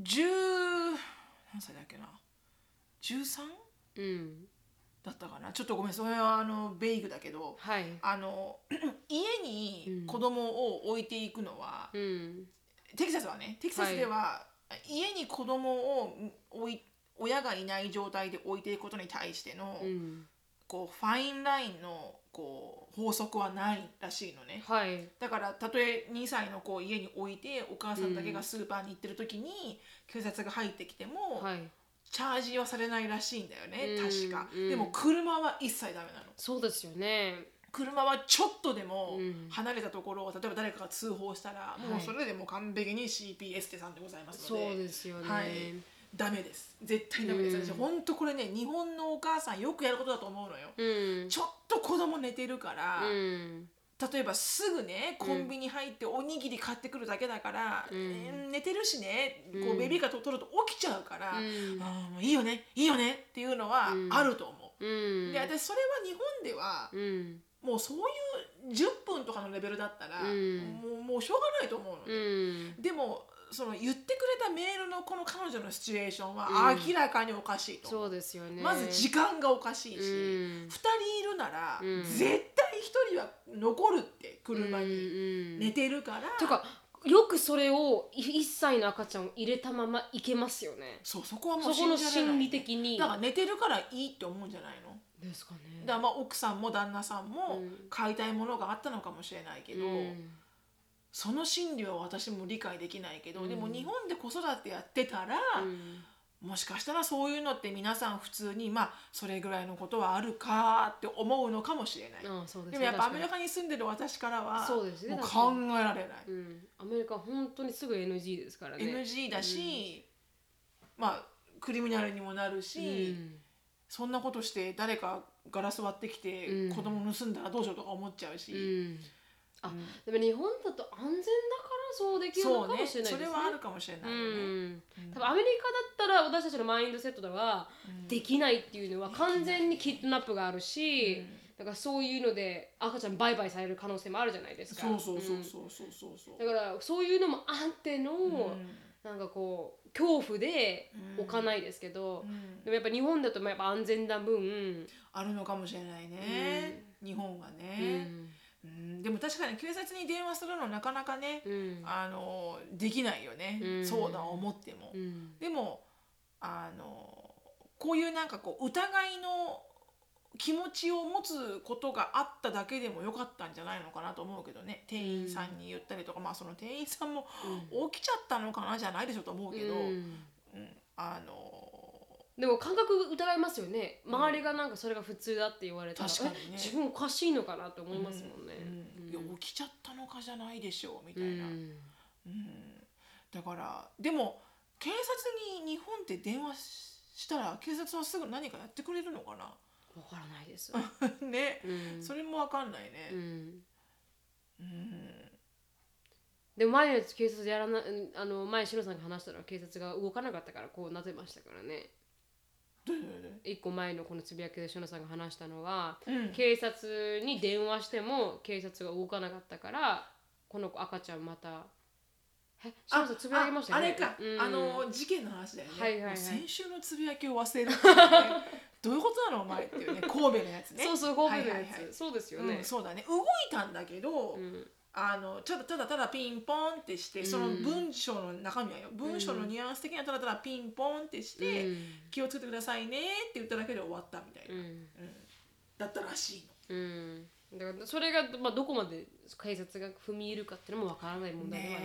B: 10何歳だっけな 13?
A: うん
B: だったかなちょっとごめんそれはあのベイグだけど
A: はい
B: あの *clears throat* 家に子供を置いていくのは、
A: うん
B: テキサスはねテキサスでは、家に子供を置い親がいない状態で置いていくことに対しての、
A: うん
B: こうファインラインのこう法則はないらしいのね。
A: はい
B: だからたとえ2歳の子を家に置いてお母さんだけがスーパーに行ってる時に警察が入ってきても、
A: はい
B: チャージはされないらしいんだよね、
A: うん
B: 確か、
A: うん
B: でも車は一切ダメなの
A: そうですよね
B: 車はちょっとでも
A: うん
B: 離れたところを例えば誰かが通報したら、も
A: は
B: う
A: い
B: それでもう完璧に CPS 手さんでございます
A: そ
B: ので
A: うですよね、
B: はいダメです絶対ダメです、
A: うん
B: 私本当これね日本のお母さんよくやることだと思うのよ、
A: うん
B: ちょっと子供寝てるから、
A: うん
B: 例えばすぐねコンビニ入っておにぎり買ってくるだけだから、
A: うん
B: えー寝てるしねこ
A: う
B: うんベビーカーと取ると起きちゃうから、
A: うん
B: あーもういいよねいいよねっていうのは
A: うん
B: あると思う。
A: うん
B: で私それは日本では
A: うん
B: もうそういう10分とかのレベルだったら、
A: うん
B: もうもうしょうがないと思うの
A: う
B: ね、
A: ん
B: でもその言ってくれたメールのこの彼女のシチュエーションは
A: うん
B: 明らかにおかしいと思、
A: そううですよね
B: まず時間がおかしいし、
A: う
B: 2
A: ん
B: 人いるなら、
A: うん
B: 絶対1人は残るって車に。
A: に
B: 寝てるから、
A: てかよくそれを1歳の赤ちゃんを入れたままいけますよね
B: そうそこはも
A: そうこの
B: 信じられない
A: 心理的に
B: だから寝てるからいいって思うんじゃないの
A: ですかね
B: だからまあ奥さんも旦那さんも
A: うん
B: 買いたいものがあったのかもしれないけど、
A: うん
B: その心理は私も理解できないけど、
A: うん
B: でも日本で子育てやってたら、
A: うん
B: もしかしたらそういうのって皆さん普通にまあそれぐらいのことはあるかって思うのかもしれない、
A: ああそうです
B: でもやっぱアメリ
A: カ
B: カに住んでる私からは
A: そうですね
B: もう
A: 確
B: 考
A: か
B: え
A: に
B: られない、
A: うんアメリカは本当にすぐ NG ですからね
B: NG だし、まあクリミナルにもなるし、
A: うん
B: そんなことして誰かガラス割ってきて
A: うん
B: 子供盗んだらどうしようとか思っちゃうし、
A: うんあ
B: うん
A: でも日本だと安全だからそうできる
B: そ
A: の
B: う
A: か
B: ね
A: もしれないです
B: それはあるかもしれな
A: う
B: いよ
A: ん
B: ね、うん
A: 多分アメリカだったら私たちのマインドセットでは
B: うん
A: できないっていうのは完全にキッドナップがあるし、
B: うん
A: だからそういうので赤ちゃん売買される可能性もあるじゃないですか
B: そうそうそ
A: ん
B: うそうそうそう
A: だ
B: そう
A: からそういうのもあっての、
B: うん
A: なんかこう恐怖で
B: うん
A: 置かないですけど
B: う、ん
A: でもやっぱ日本だとまあやっぱ安全な分、
B: あるのかもしれないね、日本はね、うんでも確かに警察に電話するのなかなかね、
A: うん
B: あのできないよね、
A: うん
B: そうだ思っても、
A: うん
B: でもあのこういうなんかこう疑いの気持ちを持つことがあっただけでもよかったんじゃないのかなと思うけどね店員さんに言ったりとか、まあその店員さんも起きちゃったのかなじゃないでしょと思うけど、
A: うん
B: うんあの
A: でも感覚疑いますよね周りがなんかそれが普通だって言われたら、
B: 確かにね
A: え自分おかしいのかなって思いますもんね。
B: うんいや起きちゃったのかじゃないでしょうみた
A: う
B: い
A: ん
B: な、うんだからでも警察に日本って電話ししたら警察はすぐ何かやってくれるのか
A: わからないです。
B: なね、
A: うん
B: それもわかんないね、
A: うん
B: うん
A: でも前のやつ警察やらなうんあの前シロさんが話したのは警察が動かなかったからこうなってましたからね
B: どういうこと
A: 一個前のこのつぶやきでシロさんが話したのは
B: うん
A: 警察に電話しても警察が動かなかったからこの子赤ちゃんまたえシロさんつぶやきました
B: あ
A: よ
B: あ
A: ね
B: れか、
A: うん
B: あの事件の話だよね、
A: はいはいはい
B: もう先週のつぶやきを忘れるっていう
A: *laughs*
B: ねどういうことなのお前っていうね神戸のやつね
A: そうそう神戸の
B: は
A: や
B: いはいはい
A: つそうですよ
B: う
A: ね
B: ん、そうだね動いたんだけど、
A: うん
B: あのただただただピンポンってしてその
A: うん
B: 文章の中身はよ文章のニュアンス的にはただただピンポンってして、気をつけてくださいねって言っただけで終わったみたいな、
A: う
B: うん
A: ん
B: だったらしい
A: うんだからそれが、まあ、どこまで警察が踏み入るかっていうのもわからない
B: の
A: 問題ではあり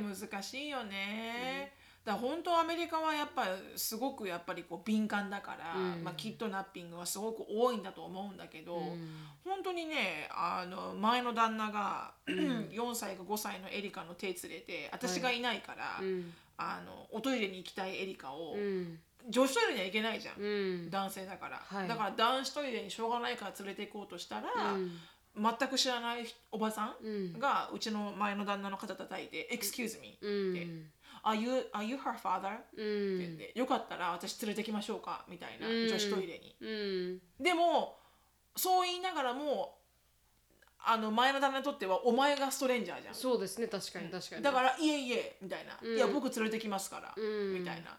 A: ますよ
B: ねえ難しいよね、だから本当アメリカはやっぱすごくやっぱりこう敏感だから、
A: うん
B: まあ、キッドナッピングはすごく多いんだと思うんだけど、
A: うん
B: 本当にねあの前の旦那が4歳か5歳のエリカの手連れて私がいないから、
A: うん
B: あのおトイレに行きたいエリカを、
A: うん
B: 女子トイレには行けないじゃん、
A: うん
B: 男性だから、
A: はい
B: だから男子トイレにしょうがないから連れて行こうとしたら、全く知らないおばさ
A: うんん
B: がうちの前の旦那の肩叩いて「Excuse me
A: うん」
B: Are you, are you her father?」って
A: う
B: 言っ
A: ん
B: て「よかったら私連れてきましょうか」みたいな、
A: うん
B: 女子トイレに。
A: うん
B: でもそう言いながらもあの前の旦那にとってはお前がストレンジャーじゃん。
A: そうですね確かに確かに
B: だから「いえいえ」みたいな「
A: うん
B: いや僕連れてきますから」
A: うん
B: みたいな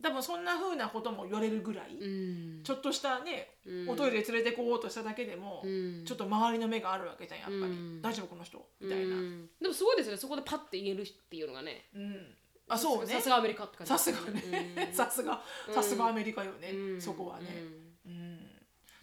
B: 多分そんな風なことも言われるぐらい、
A: うん
B: ちょっとしたね、
A: うん
B: おトイレ連れてこうとしただけでも、
A: うん
B: ちょっと周りの目があるわけじゃんやっぱり、
A: うん
B: 大丈夫この人
A: う
B: みたいな、うん
A: んでもすごいですよねそこでパッて言えるっていうのがね
B: あそうね
A: さすがアメリカって感じ
B: さすがねさすがさすがアメリカよね、
A: うん
B: そこはね、うん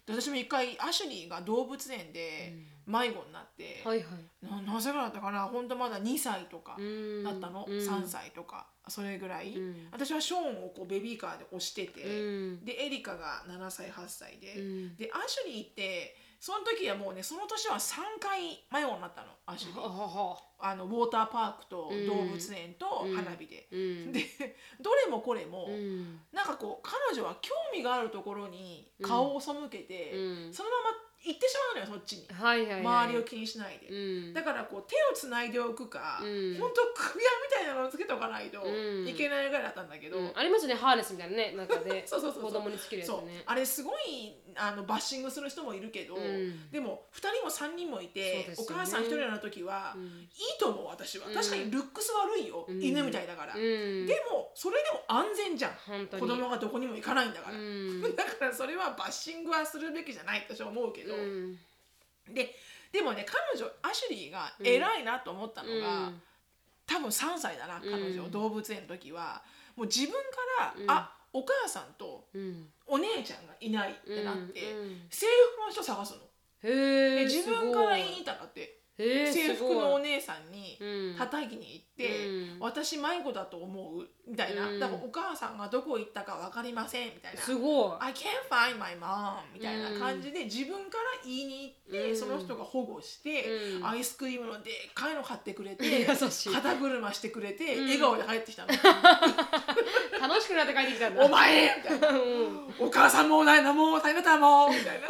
B: で私も一回アシュリーが動物園で迷子になって、
A: うんはいはい
B: ななぜかだったかな本当まだ2歳とか
A: うん
B: だったの、
A: うん
B: 3歳とかそれぐらい、
A: うん
B: 私はショーンをこうベビーカーで押してて、
A: うん
B: でエリカが7歳8歳で、
A: うん
B: でアシュリーってその時はもうねその年は3回迷子になったの足で
A: ほうほうほ
B: あのウォーターパークと
A: うん
B: 動物園と
A: うん
B: 花火で、
A: ううん
B: でどれもこれも、
A: うん
B: なんかこう彼女は興味があるところに顔を背けて、
A: うん
B: そのまま行ってしまうのよそっちに、
A: はいはいはい
B: 周りを気にしないで、
A: うん
B: だからこう手をつないでおくか、
A: うん
B: ほんと首輪みたいなのをつけておかないと
A: うん
B: いけないぐらいだったんだけど、
A: うんありますよねハーレスみたいなねなんかね
B: *laughs* そうそうそうそう
A: 子供につけるやつ
B: そう
A: ね
B: あれすごいあのバッシングする人もいるけど、
A: うん
B: でも2人も3人もい
A: そ
B: て、
A: うです
B: お
A: よね
B: 母さん1人の時は、
A: う
B: いい
A: ん
B: と思う私は
A: うん
B: 確かにルックス悪いよ、
A: うん
B: 犬みたいだから、
A: うん
B: でもそれでも安全じゃん
A: 本当
B: 子
A: に
B: 供がどこにも行かないんだか
A: う
B: ら、
A: ん
B: だからそれはバッシングはするべきじゃないと私は思うけど、
A: うん
B: ででもね彼女アシュリーが偉いなと思ったのが、
A: うん
B: 多分3歳だな彼女、
A: うん
B: 動物園の時はもう自分から、
A: うん
B: あお母さんと
A: うん
B: お姉ちゃんがいないってなって、
A: うん
B: 制服の人探すの、
A: へ
B: で
A: え
B: 自分から言いに行ったんだって制服のお姉さんに
A: た
B: 叩きに行って、
A: うん
B: 私迷子だと思うみたいな、
A: うん
B: だからお母さんがどこ行ったか分かりませんみたいな
A: すごい
B: I can't find my mom みたいな感じで自分から言いに行って、
A: うん
B: その人が保護して、
A: うん
B: アイスクリームのでっかいの買ってくれて
A: *laughs* 優しい
B: 肩車してくれて、
A: うん
B: 笑顔で帰ってき
A: *laughs*
B: たの
A: 楽しくなって帰ってきたん
B: 「
A: だ
B: お前!」みたいな
A: うん
B: 「お母さんもおないなもう大変だったもん」みた
A: *laughs*
B: いな、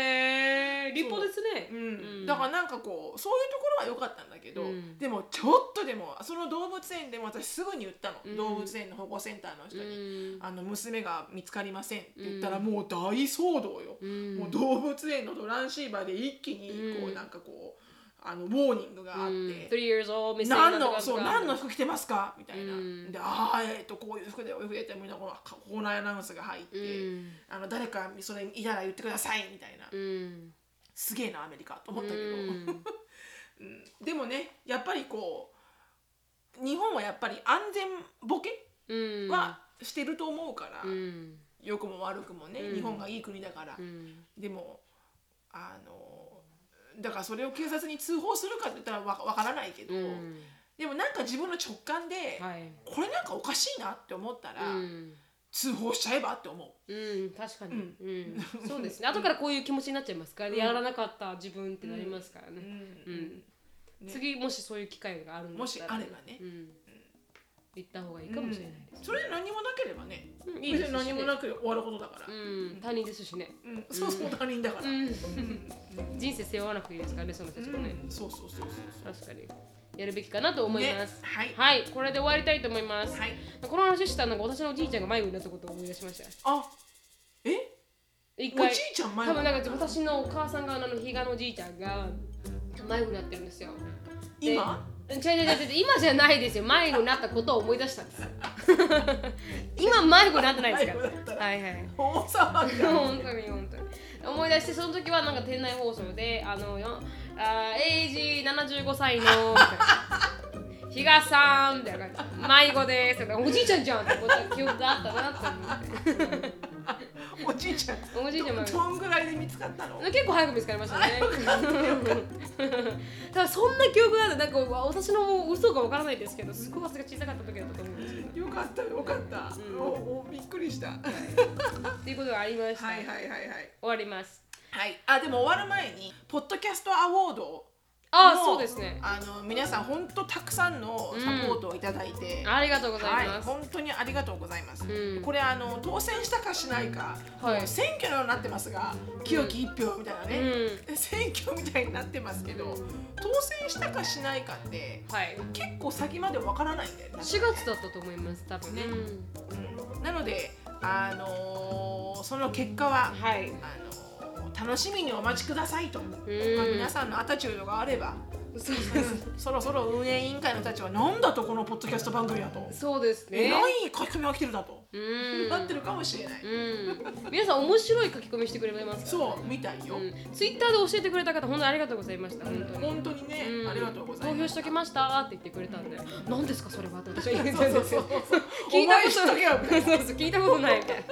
A: へえ立派ですね
B: うん
A: ん
B: だからなんかこうそういうところは良かったんだけど、
A: うん
B: でもちょっとでもその動物園でも私すぐに言ったの、
A: うん
B: 動物園の保護センターの人に。
A: うん
B: あの娘が見つかりませんって言ったら
A: うん
B: もう大騒動よ、
A: うん
B: もう動物園のトランシーバーで一気にこう、
A: うん
B: なんかこうあのウォーニングがあっ
A: うん
B: て、
A: three years old missing
B: 何
A: なんと
B: の
A: か
B: そう
A: とか
B: 何の服着てますかみたいな、
A: うん
B: でああえっとこういう服でお服でってみんなこう校内アナウンスが入って、
A: うん
B: あの誰かそれいたら言ってくださいみたいな、
A: うん
B: すげえなアメリカと思ったけど、
A: うん
B: うんでもねやっぱりこう日本はやっぱり安全ボケ
A: うん
B: はしてると思うから、
A: うん
B: 良くも悪くもね、
A: うん
B: 日本がいい国だから、
A: うん
B: でもあのだからそれを警察に通報するかって言ったらわわからないけど、
A: うん
B: でもなんか自分の直感で、
A: はい
B: これなんかおかしいなって思ったら、
A: うん
B: 通報しちゃえばって思う。
A: うん確かに、
B: うん
A: うんそう
B: *laughs*
A: ですね後からこういう気持ちになっちゃいますから、
B: うん
A: やらなかった自分ってなりますからね、
B: うんね
A: 次もしそういう機会があるんだったら
B: もしあればね
A: うん、行った方がいいかもしれないです、
B: それ何もなければね、
A: うんいいですし
B: 別に
A: ね
B: 何もなく終わることだから、
A: うん、他人ですしね、
B: うんそうそう他人だから、
A: うん
B: うん
A: 人生背負わなくていいですからねその人たちもね、
B: うんそうそうそうそうそう
A: 確かにやるべきかなと思います、
B: ねはい
A: はいこれで終わりたいと思います、
B: はい
A: この話したのが私のおじいちゃんが迷子になったことを思い出しました
B: あえ
A: 一
B: おじ
A: 回
B: いちゃん前
A: 多分なんか私のお母さん側のあの比嘉のおじいちゃんが迷子になってるんですよで *laughs*
B: 今
A: 違う違う違う違う今じゃないですよ迷子になったことを思い出したんです
B: *laughs*
A: 今迷子になってないです
B: 迷子だった
A: から
B: ら
A: はいはい
B: 大騒ぎだ
A: 本当に本当に思い出してその時はなんか店内放送であのよあーエイジ75歳のみたいな比嘉さんみたいな感じ迷子ですとかおじいちゃんじゃんって思った記憶があったなって思って
B: おじいちゃん
A: おじいちゃん迷子
B: どんぐらいで見つかったの
A: 結構早く見つかりました *laughs* ね
B: よかったよかった
A: ただそんな記憶があるなんか私のもう嘘かわからないですけどすごい私が小さかった時だったと思うんですけど
B: よかったよかった、
A: うん
B: おおびっくりしたはい
A: っていうことがありました、
B: はい
A: 終
B: はいはい
A: わります
B: はいあでも終わる前にポッドキャストアワードを
A: ああ
B: の
A: そうですね
B: あの皆さん本当たくさんのサポートをいただいて、
A: ありがとうござ
B: はい
A: います、
B: 本当にありがとうございます、
A: うん
B: これあの当選したかしないか、
A: はい
B: もう選挙のようになってますが清き一票みたいなね、
A: う
B: 選挙みたいになってますけど当選したかしないかって
A: はい
B: 結構先までわからないんだよね
A: 4月だったと思います多分
B: ね
A: ね、うん
B: うんなのであのーその結果は
A: はい
B: あのー楽しみにお待ちくださいと、まあ皆 *laughs*
A: 皆さ
B: さんのアタチュードがあれば、
A: んそうです
B: そろそろ運営委員会の人たちはなんだとこのポッドキャスト番組だと、
A: そうです
B: え
A: ね
B: らい書き込みが来てるだと、
A: うん
B: なってるかもしれない、
A: うん皆さん面白い書き込みしてくれます
B: そうみたいよ、
A: うんツイッターで教えてくれた方本当にありがとうございました本当に
B: 本当にね、
A: うん
B: ありがとうござい
A: 投
B: ま
A: 票
B: す
A: しときましたって言ってくれたんで何ですかそれはって私は言って
B: そ
A: た
B: うんそう
A: です
B: そう
A: よ
B: 聞
A: 聞
B: い
A: い
B: た
A: たことと
B: こな
A: ないい
B: よみたいな
A: そうそう聞いたことないみたいな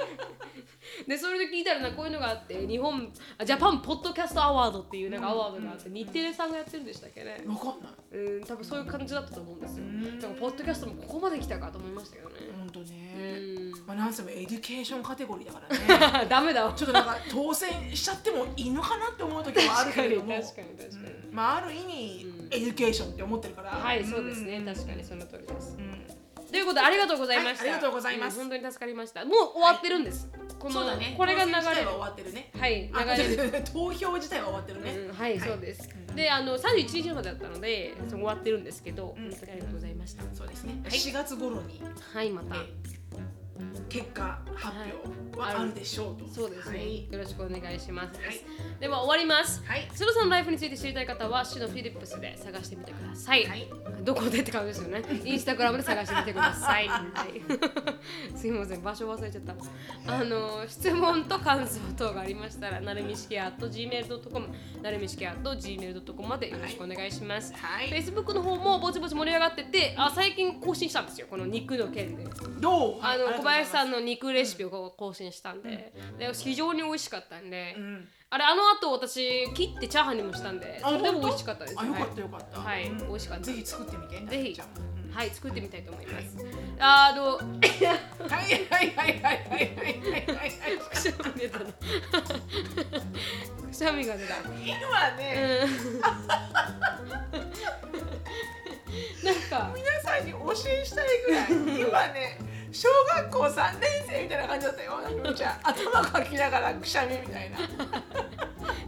A: でそれで聞いたらなんかこういうのがあって日本あジャパンポッドキャストアワードっていうなんかアワードがあって日テレさんがやってるんでしたっけね
B: わかんない
A: うん多分そういう感じだったと思うんですよ
B: うん
A: だからポッドキャストもここまで来たかと思いましたけどね
B: 本当
A: う
B: ね、
A: ん
B: まあ、なんせもエデュケーションカテゴリーだからね
A: *laughs* ダメだわ
B: ちょっとなんか当選しちゃってもいいのかなって思う時もあ
A: 確
B: るけ
A: か
B: れ
A: に
B: ど
A: 確
B: も
A: かに確かに、
B: うんまあある意味、エデュケーションって思ってるから
A: はいそうですね、
B: ん
A: 確かにその通りです
B: うん
A: ということでありがとうございました、
B: はいありがとうございます
A: ん本当に助かりましたもう終わってるんです、この
B: そうだね
A: これが流れ
B: 当選自体
A: る
B: は終わってるね
A: はい
B: あ
A: 流れる
B: 投票自体は終わってるね、
A: うんはい、そうです。で、あの三十一日までだったので、その終わってるんですけど、
B: ん
A: 本当にありがとうございました。
B: そうですね、
A: はい
B: 4月頃に
A: はい、また。
B: 結果発表はあるでしょうと、
A: そうですね、
B: はい
A: よろしくお願いします。
B: はい
A: では終わります。
B: はい
A: スロさんのライフについて知りたい方は、シのフィリップスで探してみてください。
B: はい
A: どこでって感じ *laughs* ですよね。インスタグラムで探してみてください。はい、 *laughs* すいません、場所忘れちゃった。あの質問と感想等がありましたら、なるみしきや gmail.com、なるみしきや gmail.com までよろしくお願いします。
B: はい
A: Facebook の方もぼちぼち盛り上がっててあ最近更新したんですよこの肉の件で
B: どう
A: あの小林さ
B: ん
A: んの肉レシピをこう更新したんで,、で非常に美味しかったんで、
B: うん
A: あれあの後私切ってチャーハンにもしたんでそれでも美味しかったです
B: あ、
A: はい
B: よかったよかった。
A: はい
B: うん
A: 美味しかった
B: ぜひ作ってみて。
A: ぜひ
B: じゃあうん
A: はい作ってみたいと思います、
B: は
A: あ *laughs* の
B: はいはいはいはいはいはいはい。
A: くしゃみ出たのくしゃみが出た
B: 今はね、
A: うんなんか
B: 皆さんに教えしたいぐらい。今ね、小学校三年生みたいな感じだったよ。なみちゃん、頭かきながらくしゃみみたいな。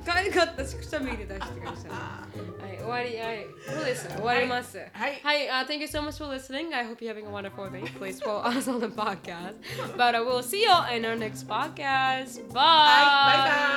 A: 可愛かったしくしゃみ出たりしてましたね
B: あ
A: はい、終わり、はい、そうです、終わります。
B: はい
A: はい、uh, thank you so much for listening. I hope you're having a wonderful day. Please follow us on the podcast. But I will see you in our next podcast. Bye.
B: はい、バイバイ。